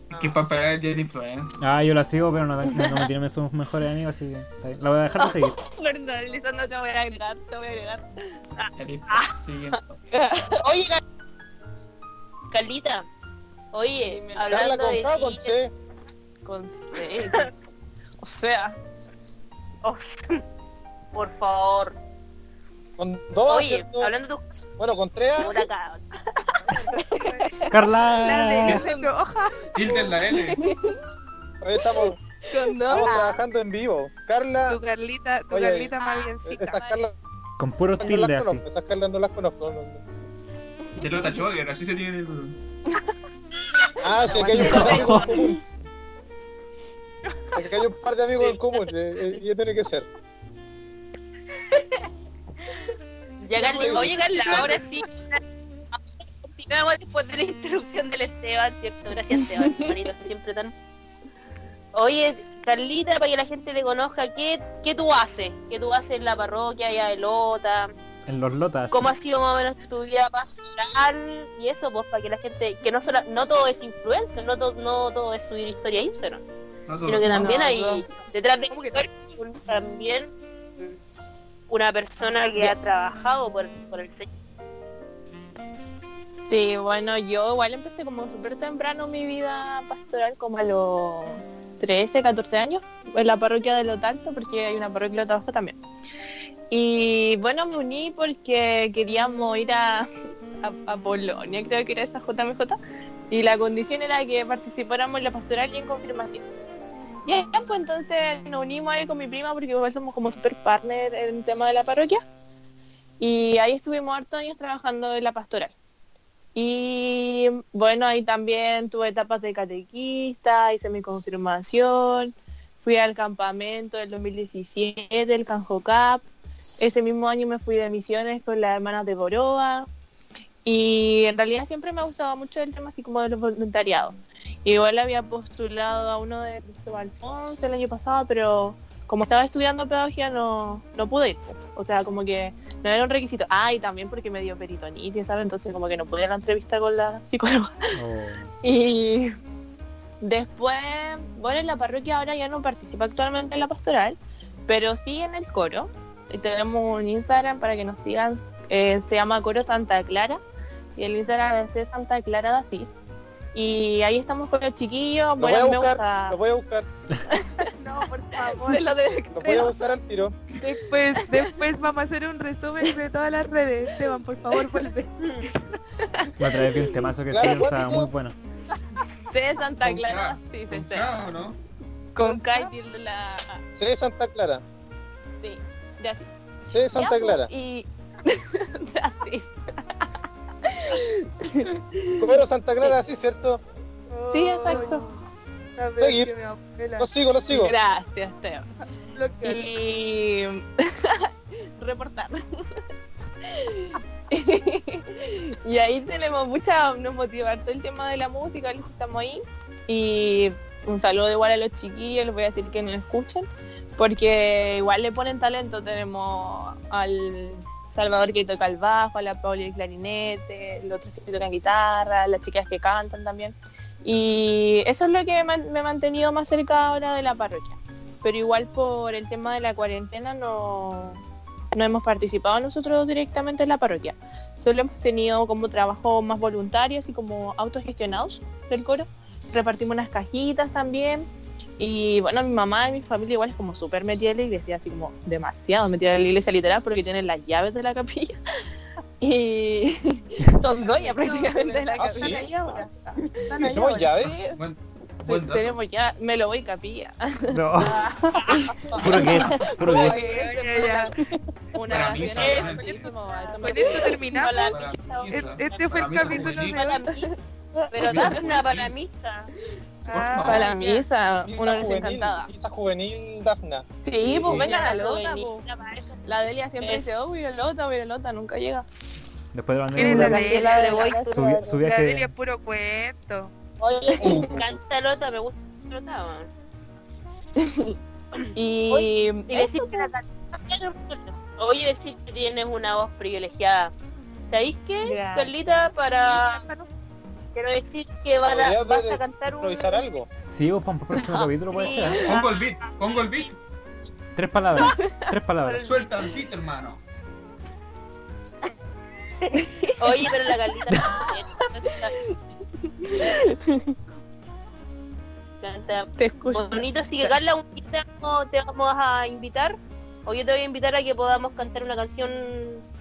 Es que para pegar el día de la influencer.
Ah, yo la sigo, pero no, no, no, no, somos mejores amigos, así que está bien. la voy a dejar de seguir.
Perdón, Lisandro, te voy a agregar, Ah, te voy a agregar.
Ah.
Ya listo. Siguiente.
Oye, Car- Carlita. Oye,
Carla
hablando
con
de
K, con
ti, eh,
C.
con C. O sea, o sea, por favor.
Con dos.
Oye,
¿cierto?
hablando de tus
Bueno, con tres.
por acá.
Ah.
¡Carla!
Claro, no, hoja.
Tilde en la L.
Hoy estamos, estamos trabajando en vivo. Carla.
Tu Carlita, tu
Oye, ah,
Carlita más
Esas Carla
Con puros
no
tildes
las
así.
conozco. Esas Carla no las conozco. no, no.
De Lota Chogger, así se tiene el...
Ah, sé que hay un par de amigos en común. Sé que hay un par de amigos en común. eh, eh, Y tiene que ser.
Ya, Carli, oye, Carla, ahora sí. Continuamos después de la interrupción del Esteban, ¿cierto? Gracias, Esteban, bonito, siempre tan... Oye, Carlita, para que la gente te conozca, ¿qué, qué tú haces? ¿Qué tú haces en la parroquia, allá de Lota?
En los lotas.
¿Cómo ha sido más o menos tu vida pastoral? Y eso, pues, para que la gente... Que no solo, no todo es influencer, no, to- no todo es subir historia a Instagram,
No,
sino que también
No,
hay...
no.
Detrás de
¿Cómo que
un- también una persona que ha trabajado por, por el Señor.
Sí, bueno, yo igual empecé como súper temprano mi vida pastoral, como a los 13, 14 años, en la parroquia de Lotalto, porque hay una parroquia de Lotalto también. Y bueno, me uní porque queríamos ir a, a- a Polonia, creo que era esa JMJ, y la condición era que participáramos en la pastoral y en confirmación. Y ahí, pues entonces nos unimos ahí con mi prima porque igual somos como super partner en el tema de la parroquia. Y ahí estuvimos hartos años trabajando en la pastoral. Y bueno, ahí también tuve etapas de catequista, hice mi confirmación, fui al campamento del 2017, el Canjocap. Ese mismo año me fui de misiones con las hermanas de Boroa. Y en realidad siempre me ha gustado mucho el tema así como de los voluntariados. Igual había postulado a uno de Cristóbal Fons el año pasado, pero como estaba estudiando pedagogía no, no pude ir. pues. O sea, como que no era un requisito. Ah, y también porque me dio peritonitis, ¿sabes? Entonces como que no pude ir a la entrevista con la psicóloga.
Oh.
Y después, bueno, en la parroquia ahora ya no participa actualmente en la pastoral, pero sí en el coro. Y tenemos un Instagram para que nos sigan. eh, se llama Coro Santa Clara. Y el Instagram es de Santa Clara de Asís. Y ahí estamos con los chiquillos.
Lo voy a
Bueno, me
buscar,
gusta.
Lo voy a buscar.
No, por favor.
De lo de-
Lo voy a buscar al tiro.
Después, después vamos a hacer un resumen de todas las redes. Esteban, por favor, vuelve.
La otra vez vi un temazo que
Claro,
sí, estaba
¿cuánto?
muy bueno.
de Santa
Con
Clara
K.
de Asís. este.
Chao, ¿no?
Con Kai de la...
C de Santa Clara.
sí, de Asís.
C de Santa
Ya,
Clara.
pues, Y... Así.
Primero Santa Clara, sí, ¿cierto?
Sí, exacto.
La vez
Seguir.
que me apela.
Lo sigo, lo sigo.
Gracias, Teo.
Bloquear.
Y reportar. y ahí tenemos mucha, nos motivó harto el tema de la música, algo que estamos ahí. Y un saludo igual a los chiquillos, les voy a decir que nos escuchen, porque igual le ponen talento, tenemos al Salvador que toca el bajo, a la Pauli el clarinete, los otros que tocan guitarra, las chicas que cantan también. Y eso es lo que man- me ha mantenido más cerca ahora de la parroquia. Pero igual por el tema de la cuarentena no, no hemos participado nosotros directamente en la parroquia. Solo hemos tenido como trabajo más voluntario, así como autogestionados del coro. Repartimos unas cajitas también. Y bueno, mi mamá y mi familia igual es como súper metida en la iglesia, así como demasiado metida en la iglesia literal porque tienen las llaves de la capilla. Y son doña prácticamente de la
¿Ah, sí?
capilla ahí ahora.
Están ahí
¿Tenemos
ahora.
llaves?
Sí,
Buen,
Sí,
buen dato.
tenemos ya, me lo voy capilla.
No. puro que es, puro que es.
Ya, ya.
Para
Una
mí,
acción
¿sabes?
así como a eso me
Con esto
refiero.
terminamos.
Para mí,
E-
esa-
Este fue
para
el
mí esa fue
capítulo
el
de
libro.
hoy.
Eh, Pero dame una para misa.
Ah,
favor.
Para misa,
Misa
una vez
juvenil,
encantada.
Misa juvenil, Dafna.
Sí, pues
Sí.
venga la
La
lota,
juvenil.
pues. La Delia siempre
Es-
dice, oh, virolota, virolota, nunca llega.
Después de la
Miren
pandemia,
la Delia.
Graciela de Boy.
su, su
La Delia es
viaje,
puro cuento.
Oye, me
Mm.
encanta Lota, me gusta Lota. weón.
Y este,
Y decir que la Oye, decir que tienes una voz privilegiada. ¿Sabéis qué?
Gracias.
Carlita, para... Quiero decir que van a-
Podría
vas
haber
a cantar un...
improvisar algo.
sí, vos para un próximo capítulo puede ser. ¿eh?
Pongo el beat, pongo el beat.
Tres palabras, tres palabras.
Suelta el beat, hermano.
Oye, pero la Carlita no Canta
te escucho.
bonito, así que Carla, un día te vamos- te vamos a invitar, o yo te voy a invitar a que podamos cantar una canción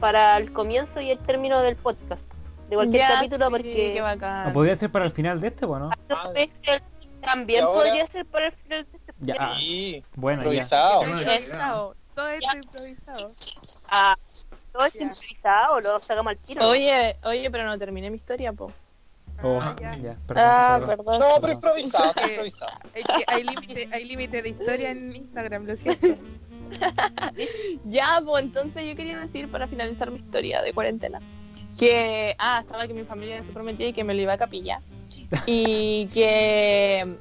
para el comienzo y el término del podcast, de cualquier
Ya,
capítulo,
sí, qué
porque
¿O
bacán.
podría ser para el final de este, bueno?
no es el- también
Y ahora-
podría ser para el final de este
Ya, ah,
Sí,
bueno, ya.
improvisado.
Ya no me olvidaba.
Improvisado. Todo esto improvisado.
ah, todo esto
Ya.
improvisado, lo sacamos al tiro.
Oye, oye, pero no terminé mi historia, po.
Oh,
Ah, ya.
ya, perdón, perdón.
perdón.
No, pero improvisado, pero improvisado.
Es que hay límite, hay límite de historia en Instagram, lo siento.
Ya, pues entonces yo quería decir para finalizar mi historia de cuarentena que ah, estaba que mi familia se prometía y que me lo iba a capilla y que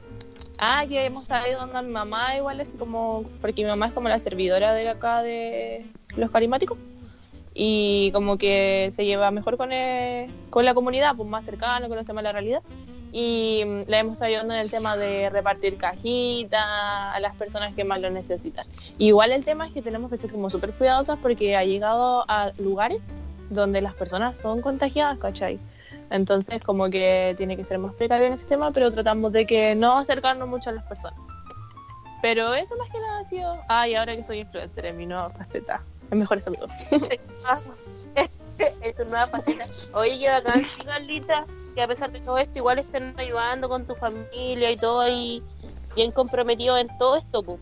ah, que hemos estado ayudando a mi mamá igual es como porque mi mamá es como la servidora de acá de los carismáticos y como que se lleva mejor con, eh, con la comunidad, pues más cercano, con los temas de la realidad. Y mm, la hemos estado ayudando en el tema de repartir cajitas a las personas que más lo necesitan. Igual el tema es que tenemos que ser como súper cuidadosas porque ha llegado a lugares donde las personas son contagiadas, ¿cachai? Entonces como que tiene que ser más precario en ese tema, pero tratamos de que no acercarnos mucho a las personas. Pero eso más que nada ha sido... Ah, y ahora que soy influencer en mi nueva faceta. En mejores amigos.
en tu nueva faceta. Oye, que bacán, sí, Carlita, que a pesar de todo esto, igual estén ayudando con tu familia y todo ahí, bien comprometido en todo esto, po.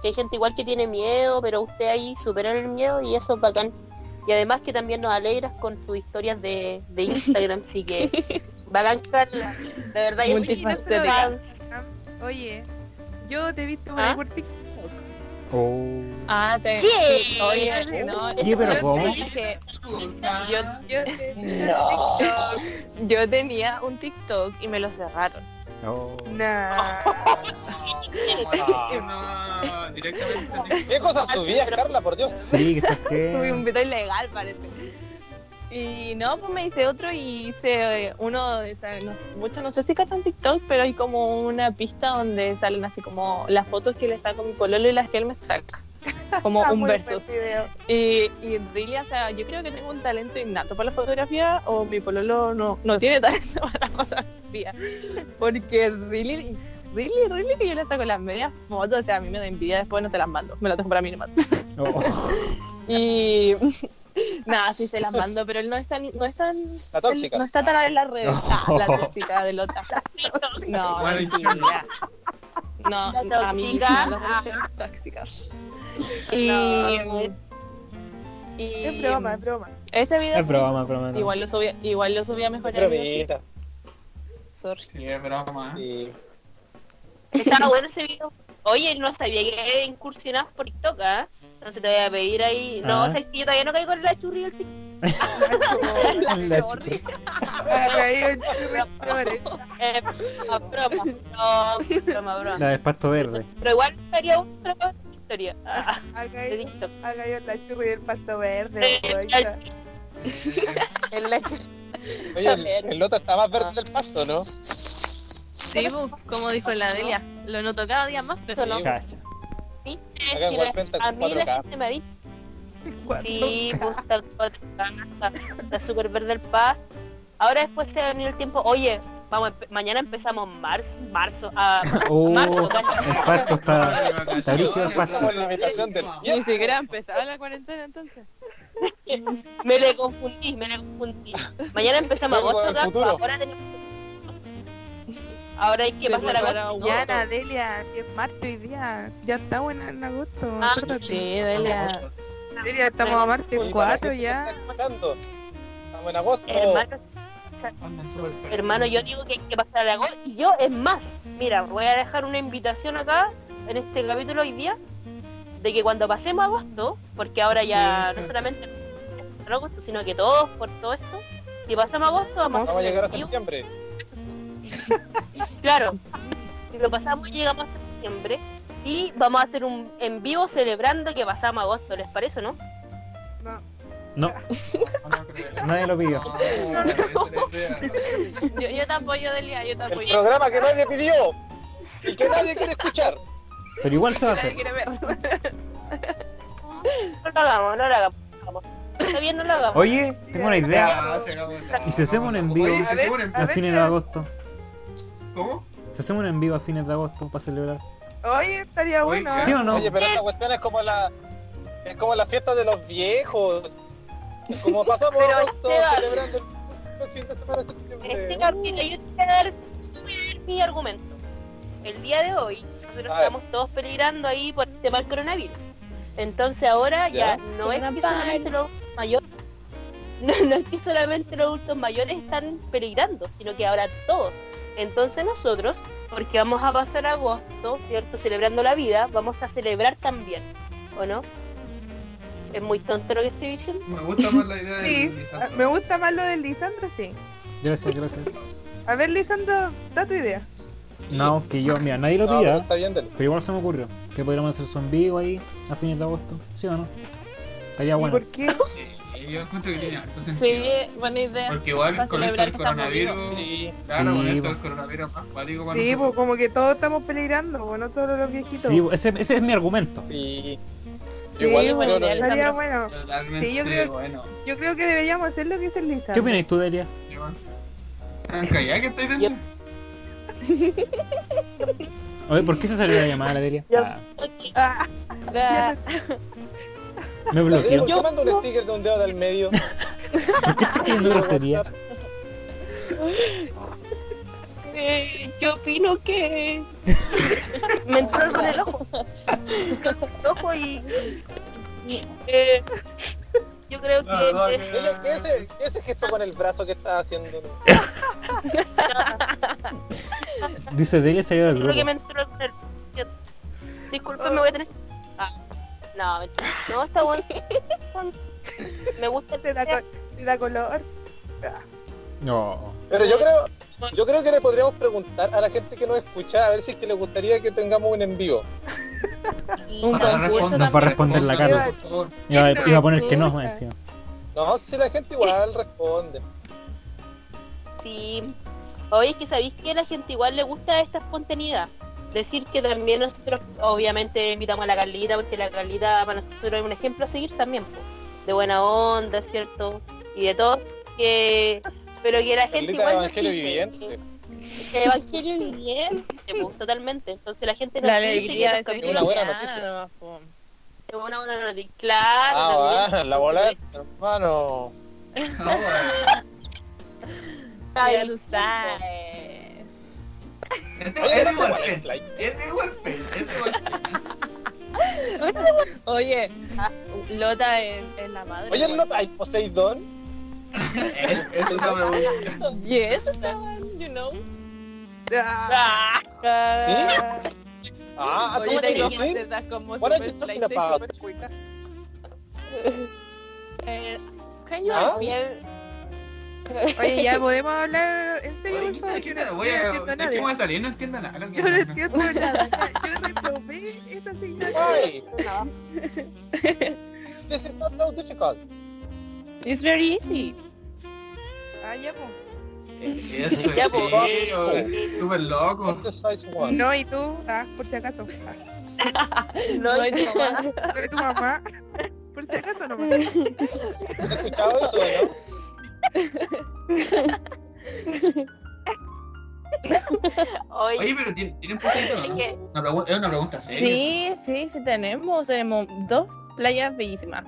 Que hay gente igual que tiene miedo, pero usted ahí supera el miedo y eso es bacán. Y además que también nos alegras con tus historias de, de Instagram, así que bacán, Carla. De verdad, yo soy
Multifacética.
fan.
Oye, yo te he visto
¿Ah?
por TikTok.
Oh.
Ah, te...
¿Qué?
Oye, no,
¿Qué, pero
yo
cómo?
dije- yo,
Yo te he visto en
No.
TikTok.
yo tenía un TikTok y me lo cerraron.
Oh.
Nah.
No, directamente.
¿Qué cosas subías, Carla, por Dios?
Sí, quizás
Subí un
que...
video ilegal, parece. Y no, pues me hice otro y hice eh, uno, de esa- no, muchos, no sé si cachan TikTok, pero hay como una pista donde salen así como las fotos que le saco a mi pololo y las que él me saca. Como
Ah,
un
muy
verso.
buen video.
Y, y en realidad, o sea, yo creo que tengo un talento innato para la fotografía o mi pololo no, no tiene talento para la fotografía. Porque really, really, really que yo le saco las medias fotos, o sea, a mí me da envidia, después no se las mando, me las dejo para mí nomás.
Oh.
Y nada, sí se las mando, pero él no es tan, no es tan,
La tóxica.
no está tan en las redes. Ah, la tóxica de Lota. No,
Bueno,
mentira. No,
La
a mí
tóxica.
las relaciones tóxicas. Y, y
Es broma, es broma.
ese video
Es
subí-
broma, broma. no.
Igual lo subía, igual lo subía mejor
Pero mira,
Sorry.
Sí, es broma. ¿eh?
sí.
Estaba bueno ese video. Oye, no sabía que incursionabas por TikTok, ¿ah? Entonces te voy a pedir ahí. No,
Ah.
o sea, es que yo todavía no caigo en la churri del TikTok. La
La
chorri.
Ha caído en churros.
Eh, broma, broma, broma, broma.
La del pasto verde.
Pero igual sería una historia. Ah,
Ha
de
caído
TikTok.
ha caído en la churri del pasto verde. pues, po, ahí está.
En la
Oye, el, el Lota está más verde del pasto, ¿no?
Sí, bu, como dijo la Delia, lo noto cada día más, pero
Solo-
Cacha.
Acá
Sí,
igual frente
a
con
mí la
4K.
gente me ha dicho,
Cuando-
sí, pues, gusta el podcast, está súper verde el paz. Ahora después se va a venir el tiempo, oye, vamos, empe- mañana empezamos marzo, marzo, ah,
Uh.
Oh,
marzo,
el pasto está. Está brígido el pasto.
Estamos en la habitación del
ni siquiera empezaba la cuarentena entonces.
me le confundí, me le confundí. Mañana empezamos
Luego
agosto,
del
gato,
futuro.
ahora tenemos... Ahora hay que
Se
pasar
prepara
agosto.
agosto.
Ya, la Delia, que es martes hoy día. Ya está buena en agosto.
Ah,
acuérdate.
Delia.
Delia, estamos a martes
Y para la
4
gente que
ya.
está escuchando, Estamos en agosto.
Hermano, hermano, yo digo que hay que pasar a agosto. Y yo, es más, mira, voy a dejar una invitación acá, en este capítulo hoy día, de que cuando pasemos agosto, porque ahora ya no solamente en agosto, sino que todos por todo esto, si pasamos agosto vamos
Vamos a llegar a
ser
septiembre.
Claro. Si lo pasamos llegamos a septiembre y vamos a hacer un en vivo celebrando que pasamos agosto, ¿les parece o no?
Nadie lo pidió.
Yo, yo te apoyo, Delia, yo te
El
apoyo.
programa que nadie pidió y que nadie quiere escuchar.
Pero igual se va a hacer.
Nadie quiere ver.
No lo hagamos, no lo hagamos. no lo hagamos. Está bien, no lo hagamos.
Oye, tengo una idea. Y si hacemos un en vivo.
Oye, si hacemos un en
A fines de agosto.
¿Cómo?
Se hacemos un en vivo a fines de agosto para celebrar.
Oye, estaría
Oye,
bueno.
ya.
¿Sí o no?
Oye, pero esta cuestión es como la es como la fiesta de los viejos. Es Como pasamos
Pero,
agosto
Esteban.
celebrando el fin de semana de septiembre.
Este capítulo yo te voy a dar, yo te voy a dar mi argumento. El día de hoy, nosotros
A ver.
estamos todos peligrando ahí por el tema del coronavirus. Entonces ahora
Ya.
ya, no es que solamente los mayores, no, no es que solamente los adultos mayores están peligrando, sino que ahora todos. Entonces nosotros, porque vamos a pasar agosto, ¿cierto? Celebrando la vida, vamos a celebrar también, ¿o no? Es muy tonto lo que estoy diciendo.
Me gusta más la idea
Sí,
de
Ah, Me gusta más lo del Lisandro, sí.
Gracias, gracias.
A ver, Lisandro, da tu idea.
No, que yo, mira, nadie lo
No, pero
pidió.
está bien, Del.
Pero igual se me ocurrió que podríamos hacer su en vivo ahí a fines de agosto. ¿Sí o no? Estaría
¿Y
bueno.
por qué?
Sí, yo encuentro que tiene harto
Sí,
sentido.
buena idea.
Porque igual
Para
con esto
celebrar
del
que estamos
coronavirus,
Sí.
claro, con
Sí,
esto
bo.
del coronavirus es más cuático para
Sí, pues
nosotros.
como que todos estamos peligrando, pues no solo los viejitos.
Sí, ese, ese es mi argumento.
Sí.
Sí,
Igual
bueno,
creo que-
estaría bueno.
Totalmente
Sí, yo creo-
bueno.
Yo creo que deberíamos hacer lo que dice el Lisandro.
¿Qué opinas tú, Delia?
Yo- Ah, callá, que estáis dentro.
Oye, ¿por qué se salió la llamada, la Delia? Ah,
Ah,
La-
me
Del,
bloqueó.
¿Por qué manda un sticker de un dedo del medio?
¿Por qué estás cayendo grosería?
Eh, yo opino que me entró algo en el ojo. El ojo y eh, yo creo que
No, no,
eh,
Dile, ¿Qué es ese, qué es ese gesto con el brazo que está haciendo?
Dice Delia salió del
yo creo que
grupo.
me entró algo en el yo- Disculpa, me voy a tener. Ah, no, mentira. no está bueno. Me gusta
se
el
da, col- se da color.
No.
Pero yo creo, yo creo que le podríamos preguntar a la gente que nos escucha a ver si es que le gustaría que tengamos un en vivo.
Un
Ahora
concurso
respondan,
Nos va a
también.
responder la
respondan,
Caro.
por favor.
Iba, a- iba a poner que no, más encima.
No, si la gente igual responde.
Sí. Oye, es que sabéis que a la gente igual le gusta esta espontaneidad. Decir que también nosotros, obviamente, invitamos a la Carlita, porque la Carlita para nosotros es un ejemplo a seguir también, po. de buena onda, ¿cierto? Y de todo. Que... Pero que la gente
Carlita
igual nos
Evangelio
dice
Viviente.
que Evangelio viviente, po, totalmente. Entonces la gente nos
La
dice que
alegría
los
de ser
capítulos
una buena
cristiana
noticia.
nomás, po.
de buena onda nos dicen, claro,
Ah,
también.
va, la bola, hermano.
Ah, bueno.
Ay,
Ya lo sabes.
Este-
Oye,
este
¿no te
igual,
guardas el
este-
like?
este igual, este igual.
Oye, ah, Lota es, es la madre.
Oye,
güey.
¿no hay Poseidón?
Es- es una pregunta.
Yes, esa weón, you know.
Ah,
¿Sí? Ah, ¿tú
Oye,
me
tengo
quieres
más
decir?
tetas como
What are
super
you talking
flight,
about?
super cuica. Eh, Can you
¿Ah?
help me?
Oye, ya podemos hablar en serio,
Oye,
por favor.
quita,
Yo
quita,
no,
voy
yo no
a...
entiendo
sé que
nada.
voy a salir, no entiendo nada.
Yo no entiendo nada. Yo reprobé esa asignatura.
Why?
Ah.
This is not so difficult.
It's very easy.
Ah, ya, po.
Eh, Eso,
Ya,
sí,
pues.
oye, súper loco.
Exercise one.
No, y tú, ah, por si acaso. Ah,
No,
Soy
it's-
tu mamá.
lo de tu mamá. Por si acaso nomás.
¿Has escuchado eso o no?
Oye,
Oye, pero tienen tienen poquito, ¿no?
¿qué?
Una pregu- Es una pregunta seria.
Sí, sí, sí tenemos. Tenemos dos playas bellísimas.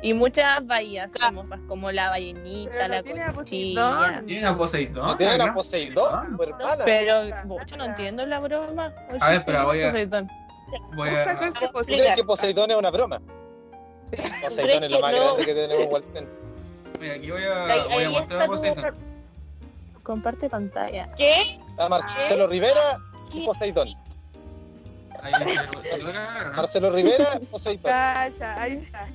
Y muchas bahías hermosas, como la ballenita,
Pero
la
no tiene
cochilla.
la posibilidad.
Tiene una Poseidón.
Tiene una
Ah, ¿no?
Poseidón, su hermana.
Pero yo no entiendo la broma. Oye,
A ver, pero voy a-
perdón.
Voy
Otra
a...
cosa posible.
¿Crees que Poseidón es una broma? Sí, Poseidón es lo más
que no?
grande que tenemos en Walten.
Mira, aquí voy
Ahí-
a, voy a
ahí
mostrar a
está tu
Poseidón.
Comparte pantalla.
A Ah, Marcelo Rivera y Poseidón.
Ahí está, se lo ganaron, ¿no?
Marcelo Rivera, Poseidón.
Calla, ahí está.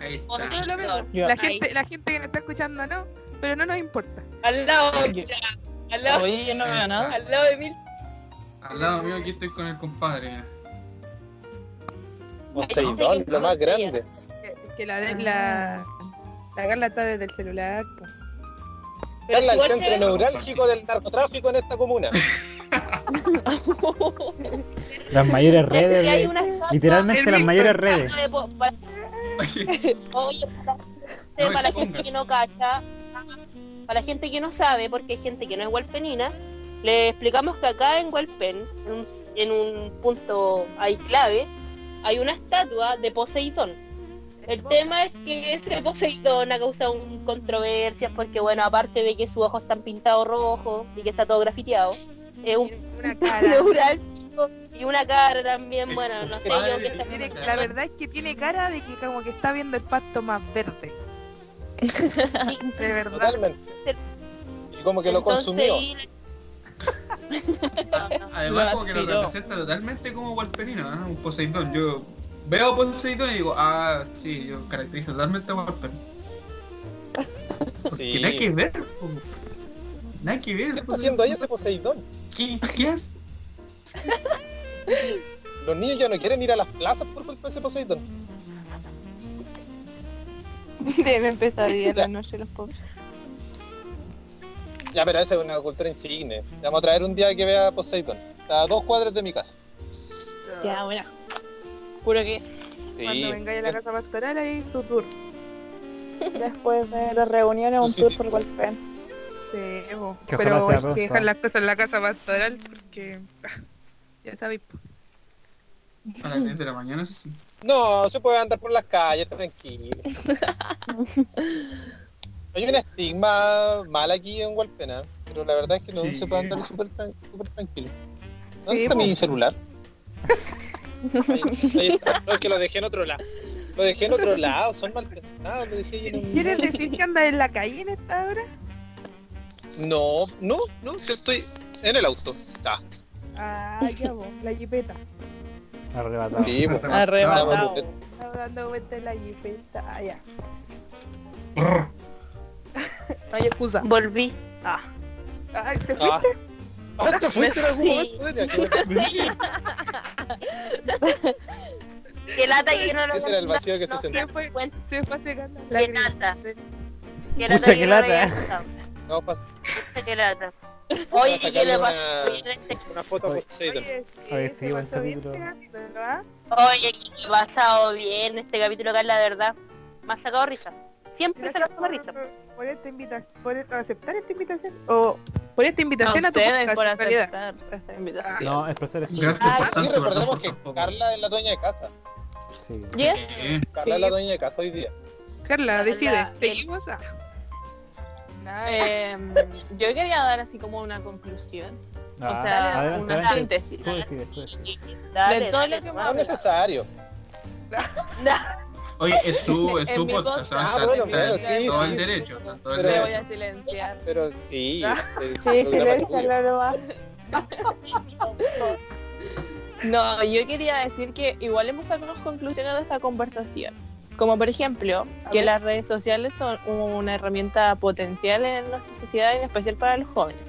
Ahí está.
Todo lo mismo.
Poseidón.
La
Ahí.
gente, la gente que nos está escuchando no, pero no nos importa.
Al lado, al lado,
Oye, yo no veo nada.
al lado de mil.
Al lado mío aquí estoy con el compadre. mira.
Poseidón, lo más grande.
Que, Eh, que la de la. La Carla está desde el celular. po.
Pero
Carla, el
igual se
centro
ve-
neurálgico del narcotráfico en esta comuna.
Las mayores redes,
Hay
de-
unas capas
literalmente las mayores redes.
de po- para-
Oye,
Oye, para,
No,
para la
expongas.
gente que no cacha, ah, para la gente que no sabe, porque hay gente que no es gualpenina, le explicamos que acá en Gualpen, en un, en un punto ahí clave, hay una estatua de Poseidón. El tema es que ese Poseidón ha causado un- controversias porque, bueno, aparte de que sus ojos están pintados rojos y que está todo grafiteado, es un
Una cara.
neural y una cara también, bueno, no sé yo qué
Tiene
Tiene- la verdad es que tiene cara de que como que está viendo el pasto más verde. De verdad.
Totalmente. Y como que lo
Entonces,
consumió.
y la-
además
Lo
como que lo
aspiró.
representa totalmente como Walperino, ¿no? Un Poseidón. Yo veo a Poseidón y digo, ah, sí, yo caracterizo totalmente a Walperino. Que nada que
Sí.
ver, po. Nada que ver.
¿Qué está
po.
haciendo ahí ese Poseidón?
¿Qué, qué hace?
Los niños ya no quieren ir a las plazas por culpa de ese Poseidón.
Deben pesadilla en la noche los pobres.
Ya, pero esa es una cultura insigne. Te Vamos a traer un día que vea a Poseidón. Está a dos cuadras de mi casa.
Ya, bueno. Juro que
Cuando vengáis a la casa pastoral ahí su tour.
Después de las reuniones, un
Sí,
tour
sí.
por Golpen.
Sí, bo.
Que ojalá
pero
sea
hay que
pronto.
dejar las cosas en la casa pastoral porque ah, ya sabéis. po.
A las 10 de la mañana, eso sí.
No, se puede andar por las calles tranquilo. Hay un estigma mal aquí en Hualpena, pero la verdad es que no
Sí.
se puede andar súper tran- súper tranquilo. ¿Dónde
Sí,
está
po.
mi celular? ahí, ahí está. No, es que lo dejé en otro lado. Lo dejé en otro lado, son mal pensados, lo dejé ahí en un-
¿Quieres decir que andas en la calle en esta hora?
No, no, no, si estoy en el auto. Está.
Ah, ya vos, la jipeta.
Arrebatado.
Sí,
Ah.
po. Ah,
Arrebatado.
Estaba dando vuelta en la jipeta. Ah, ya.
Brr.
No hay excusa.
volví. Ah.
Ay, te
Ah.
fuiste.
Ah, te fuiste en algún
Sí.
momento, Delia, qué bueno.
Qué lata que no lo
Ese era el vacío que se
no
sentía.
se dan cuenta.
Te fue secando la
Qué
lágrima.
lata. Qué
Pucha,
lata
qué
que no lo
lata.
hayan contado.
No, pa-
Pucha, qué lata. Oye, ¿qué
sacarle
le
una-
pasó? Oye, este-
una foto a
Oye.
Poseidon.
Oye, sí,
se
buen
pasó bien
capítulo.
rápido, ¿no? Ah,
Oye, ¿qué ha pasado bien este capítulo, Carla? De verdad, me ha sacado risa. Siempre se
Gracias
nos toma risa.
por, por esta invitación, por aceptar esta invitación. O por esta invitación a, tu podcast, en realidad.
esta invitación.
Ah,
No, el placer es mío.
Gracias por
Y
tanto,
recordemos
perdón
que
tampoco.
Carla es la dueña de casa.
Sí.
Yes.
Eh,
Carla
Sí.
es la dueña de casa hoy día.
Carla, decide.
Carla,
Seguimos a...
Ah.
Eh,
Em, yo quería dar así como una conclusión.
Ah,
o sea,
adelante,
una
adelante.
síntesis.
Tú decides, tú decides.
Dale,
De todo
dale,
lo que
no.
me
No es necesario.
Oye, es su, es
En
su
mi
podcast,
podcast.
¿ah?
Ah,
Está-
bueno,
está-
claro, sí,
todo
sí.
el derecho, está todo el
Pero-
Me
derecho.
voy a silenciar.
Pero sí. el
Sí,
programa es
silencio,
tuyo.
No, yo quería decir que igual hemos sacado unas conclusiones de esta conversación.
Como por ejemplo,
A
que
ver.
las redes sociales son una herramienta potencial en nuestra sociedad, en especial para los jóvenes.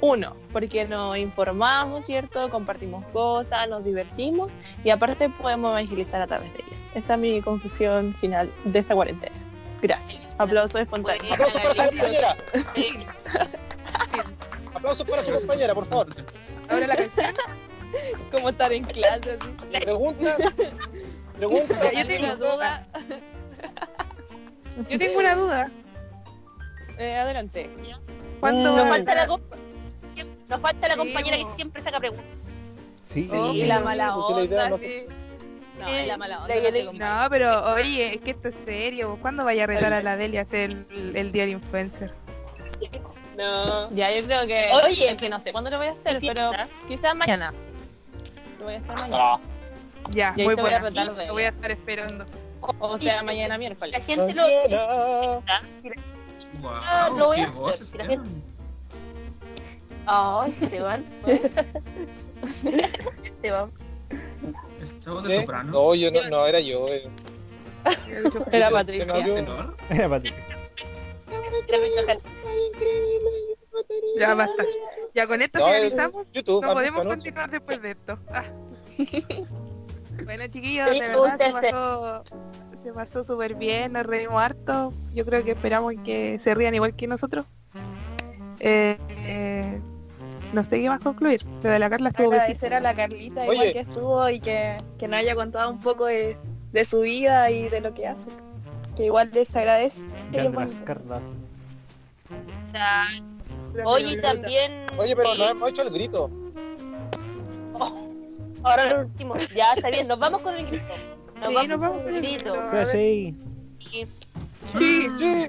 Uno, porque nos informamos, ¿cierto? Compartimos cosas, nos divertimos y aparte podemos evangelizar a través de ellas. Esa es mi conclusión final de esta cuarentena. Gracias. Aplauso espontáneo.
Buena,
Aplausos para su
Gabriel.
compañera.
Sí.
Aplausos para su compañera, por favor.
Ahora la canción.
Como estar en clase. así.
Pregunta. Pregunta.
Yo tengo
¿Alguna duda?
Yo tengo una duda.
Eh, adelante.
¿Cuándo
Nos
va a
Falta la
entrar?
comp- Nos falta la
Sí,
compañera que
po.
siempre saca preguntas.
Sí,
Sí,
Y
eh,
la mala
porque la idea
onda,
no-
sí. No, y la mala onda.
La
no
idea-
te
No, pero oye, es que esto es serio. pues, ¿Cuándo vaya a retar a la Delia a hacer el, el día del influencer?
No. Ya, yo creo que...
Oye,
que no sé cuándo lo voy a hacer,
¿qué
pero
piensas?
quizás mañana. Lo voy a hacer mañana.
Ah,
Ya,
Y ahí
muy
te voy a
buena.
retar, Delia.
Lo voy a estar esperando.
O sea, mañana miércoles.
La gente lo
compañera.
Ah, lo
Wow,
voy
qué
a hacer,
voces
gracias.
tienen.
Ay, Esteban. Esteban.
¿Esta voz de
¿Qué?
soprano?
No, yo no, no, era yo. eh.
Era
Que me
Patricia.
habló.
¿Tenor?
Era Patricia.
Era mucho gente.
Ya basta. Ya con esto
No,
finalizamos.
es YouTube.
No podemos
África,
continuar después de esto. Ah. bueno chiquillos,
Sí,
de verdad se
gusta ser-
pasó, se pasó súper bien, nos reímos harto. Yo creo que esperamos que se rían igual que nosotros. Eh, eh, no sé qué más concluir. Lo de la Carla estuvo
agradecer
besísimo.
a la Carlita
Oye.
igual que estuvo y que, que nos haya contado un poco de, de su vida y de lo que hace. Que igual les agradece.
Ya
Qué
de las
bonito.
cartas.
O sea,
La
oye, y
Carlita.
también.
Oye, pero no
eh,
hemos hecho el grito.
Ahora lo último. Ya, está bien, nos vamos con el grito. Nos
Sí,
vamos
nos vamos
con el grito.
A
Sí,
ver.
sí.
Sí.
Sí, sí.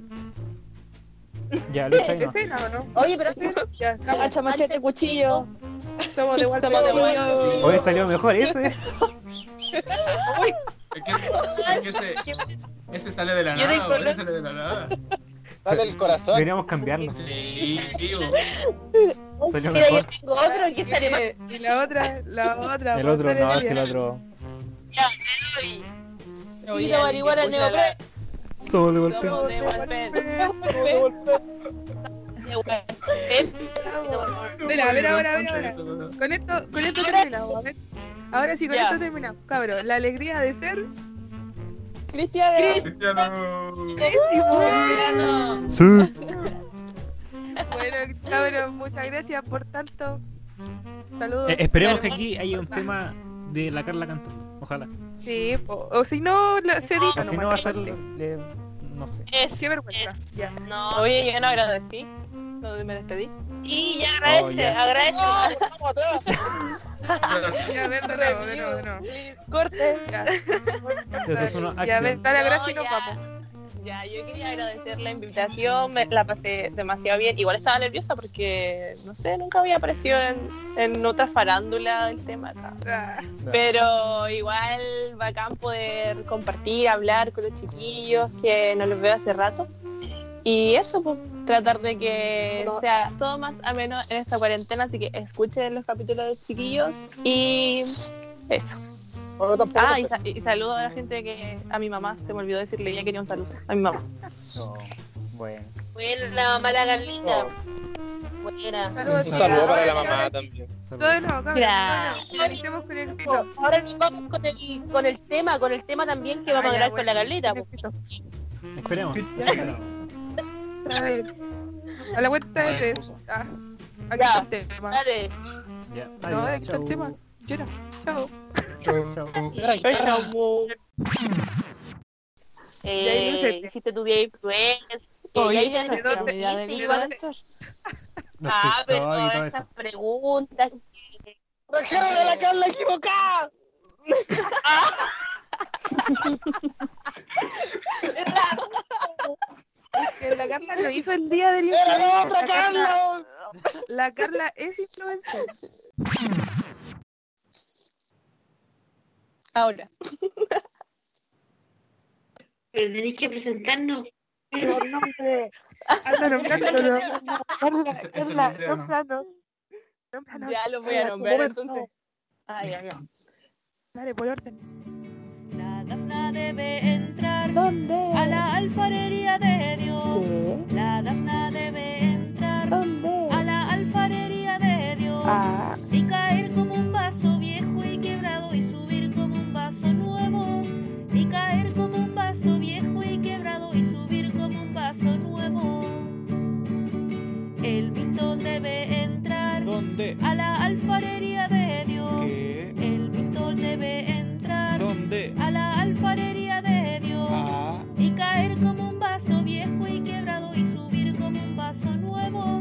Ya, listo ahí nomás.
Ese no, ¿no?
Oye, pero
Ya, estamos,
Hacha, machete, cuchillo.
estamos de vuelta.
Estamos de vuelta.
chiquillos.
Hoy salió mejor ese.
Es que, es que ese, ese sale de la
Yo
nada,
digo,
güey,
¿no?
sale de la nada.
Dale el corazón.
Deberíamos cambiarlo.
Sí, tío.
Salió
mira,
mejor.
yo tengo otro que sale más.
Y la otra, la otra.
El otro,
póntale
no, es
Delia.
que el otro.
Grito marihuana neopren.
Solo de golpe.
Somos de Walpen.
Espera, a ver, ahora, a ver, ahora.
Eso, güey.
Con esto, con esto
Ahora
terminamos. a ver. Ahora sí, con
Ya.
esto terminamos. Cabros, la alegría de ser.
Cristian,
Cristiano.
Cristian.
Sí.
Bueno, cabros, muchas gracias por tanto. Saludos.
Eh, esperemos que
Hermoso.
aquí haya un tema de la Carla Cantó. Ojalá.
Sí, po- o, si no, lo-
Ah,
se edita.
Así
nomás,
no va a ser.
aparte.
eh, no sé.
Es,
Qué vergüenza. Ya.
no.
Oye, yo no agradecí. No me despedí.
Y ya agradece,
Oh, ya.
agradece.
Ya, a ver, de nuevo, de nuevo, de nuevo.
Corte.
Ya.
Eso es una
Ya, a
acción.
ver, dale, gracias y
No,
nos
ya.
vamos.
Ya, yo quería agradecer la invitación, me la pasé demasiado bien. Igual estaba nerviosa porque, no sé, nunca había aparecido en, en otra farándula el tema acá.
Ah,
Pero igual bacán poder compartir, hablar con los chiquillos que no los veo hace rato. Y eso, pues, tratar de que sea todo más ameno en esta cuarentena, así que escuchen los capítulos de los chiquillos y eso.
Bueno, tampoco.
Ah, y, sa- y saludo a la gente que, a mi mamá, se me olvidó decirle, ella quería un saludo, a mi mamá.
No, Bueno.
Buena, mala Carlita.
No.
Buena.
Saludos,
Un saludo
chicas.
para la mamá también.
Todo de
Saludos.
nuevo, cabros.
Gracias.
Todo de nuevo. Realicemos con el Ah, grito.
Ahora nos vamos con el, con el tema, con el tema también que
Ah,
vamos a
ya,
grabar
bueno,
con la Carlita.
con el
po.
grito.
Esperemos.
A ver. A la cuenta de tres. Ah, aquí
Ya.
está el tema.
Dale.
Ya.
No,
adiós,
aquí está el
chau.
tema. Llora. Chao.
Chau.
Y ahí no
Eh,
se-
hiciste tu día influencer.
Oye,
Oye,
¿de dónde-
de
y
dónde-
van
Los
Ah,
TikTok
pero
y todo
esas
eso.
preguntas.
¡Trajeron a la Carla equivocada!
Que La Carla lo hizo el día del
¡Era
influencer.
la
La
otra
Carla-
Carla!
La Carla es influencer.
Ahora.
Pero tenéis que presentarnos.
Anda nombrándolo. Carla,
Esa-
Carla,
esa es la idea, ¿no?
nómbranos. Nómbranos.
Ya lo voy a
Carla,
nombrar
Roberto.
entonces. Ay, ya, ya.
Dale, por orden.
La Dafna debe entrar
¿Dónde?
a la alfarería de Dios.
¿Qué?
La Dafna debe entrar
¿Dónde?
a la alfarería de Dios.
Ah,
Y caer como un vaso viejo y quebrado y subir como un vaso nuevo. Y caer como un vaso viejo y quebrado y subir como un vaso nuevo. El Milton debe entrar
¿Dónde?
a la alfarería de Dios.
¿Qué?
El Milton debe entrar
¿Dónde?
a la alfarería de Dios.
Ah,
Y caer como un vaso viejo y quebrado y subir como un vaso nuevo.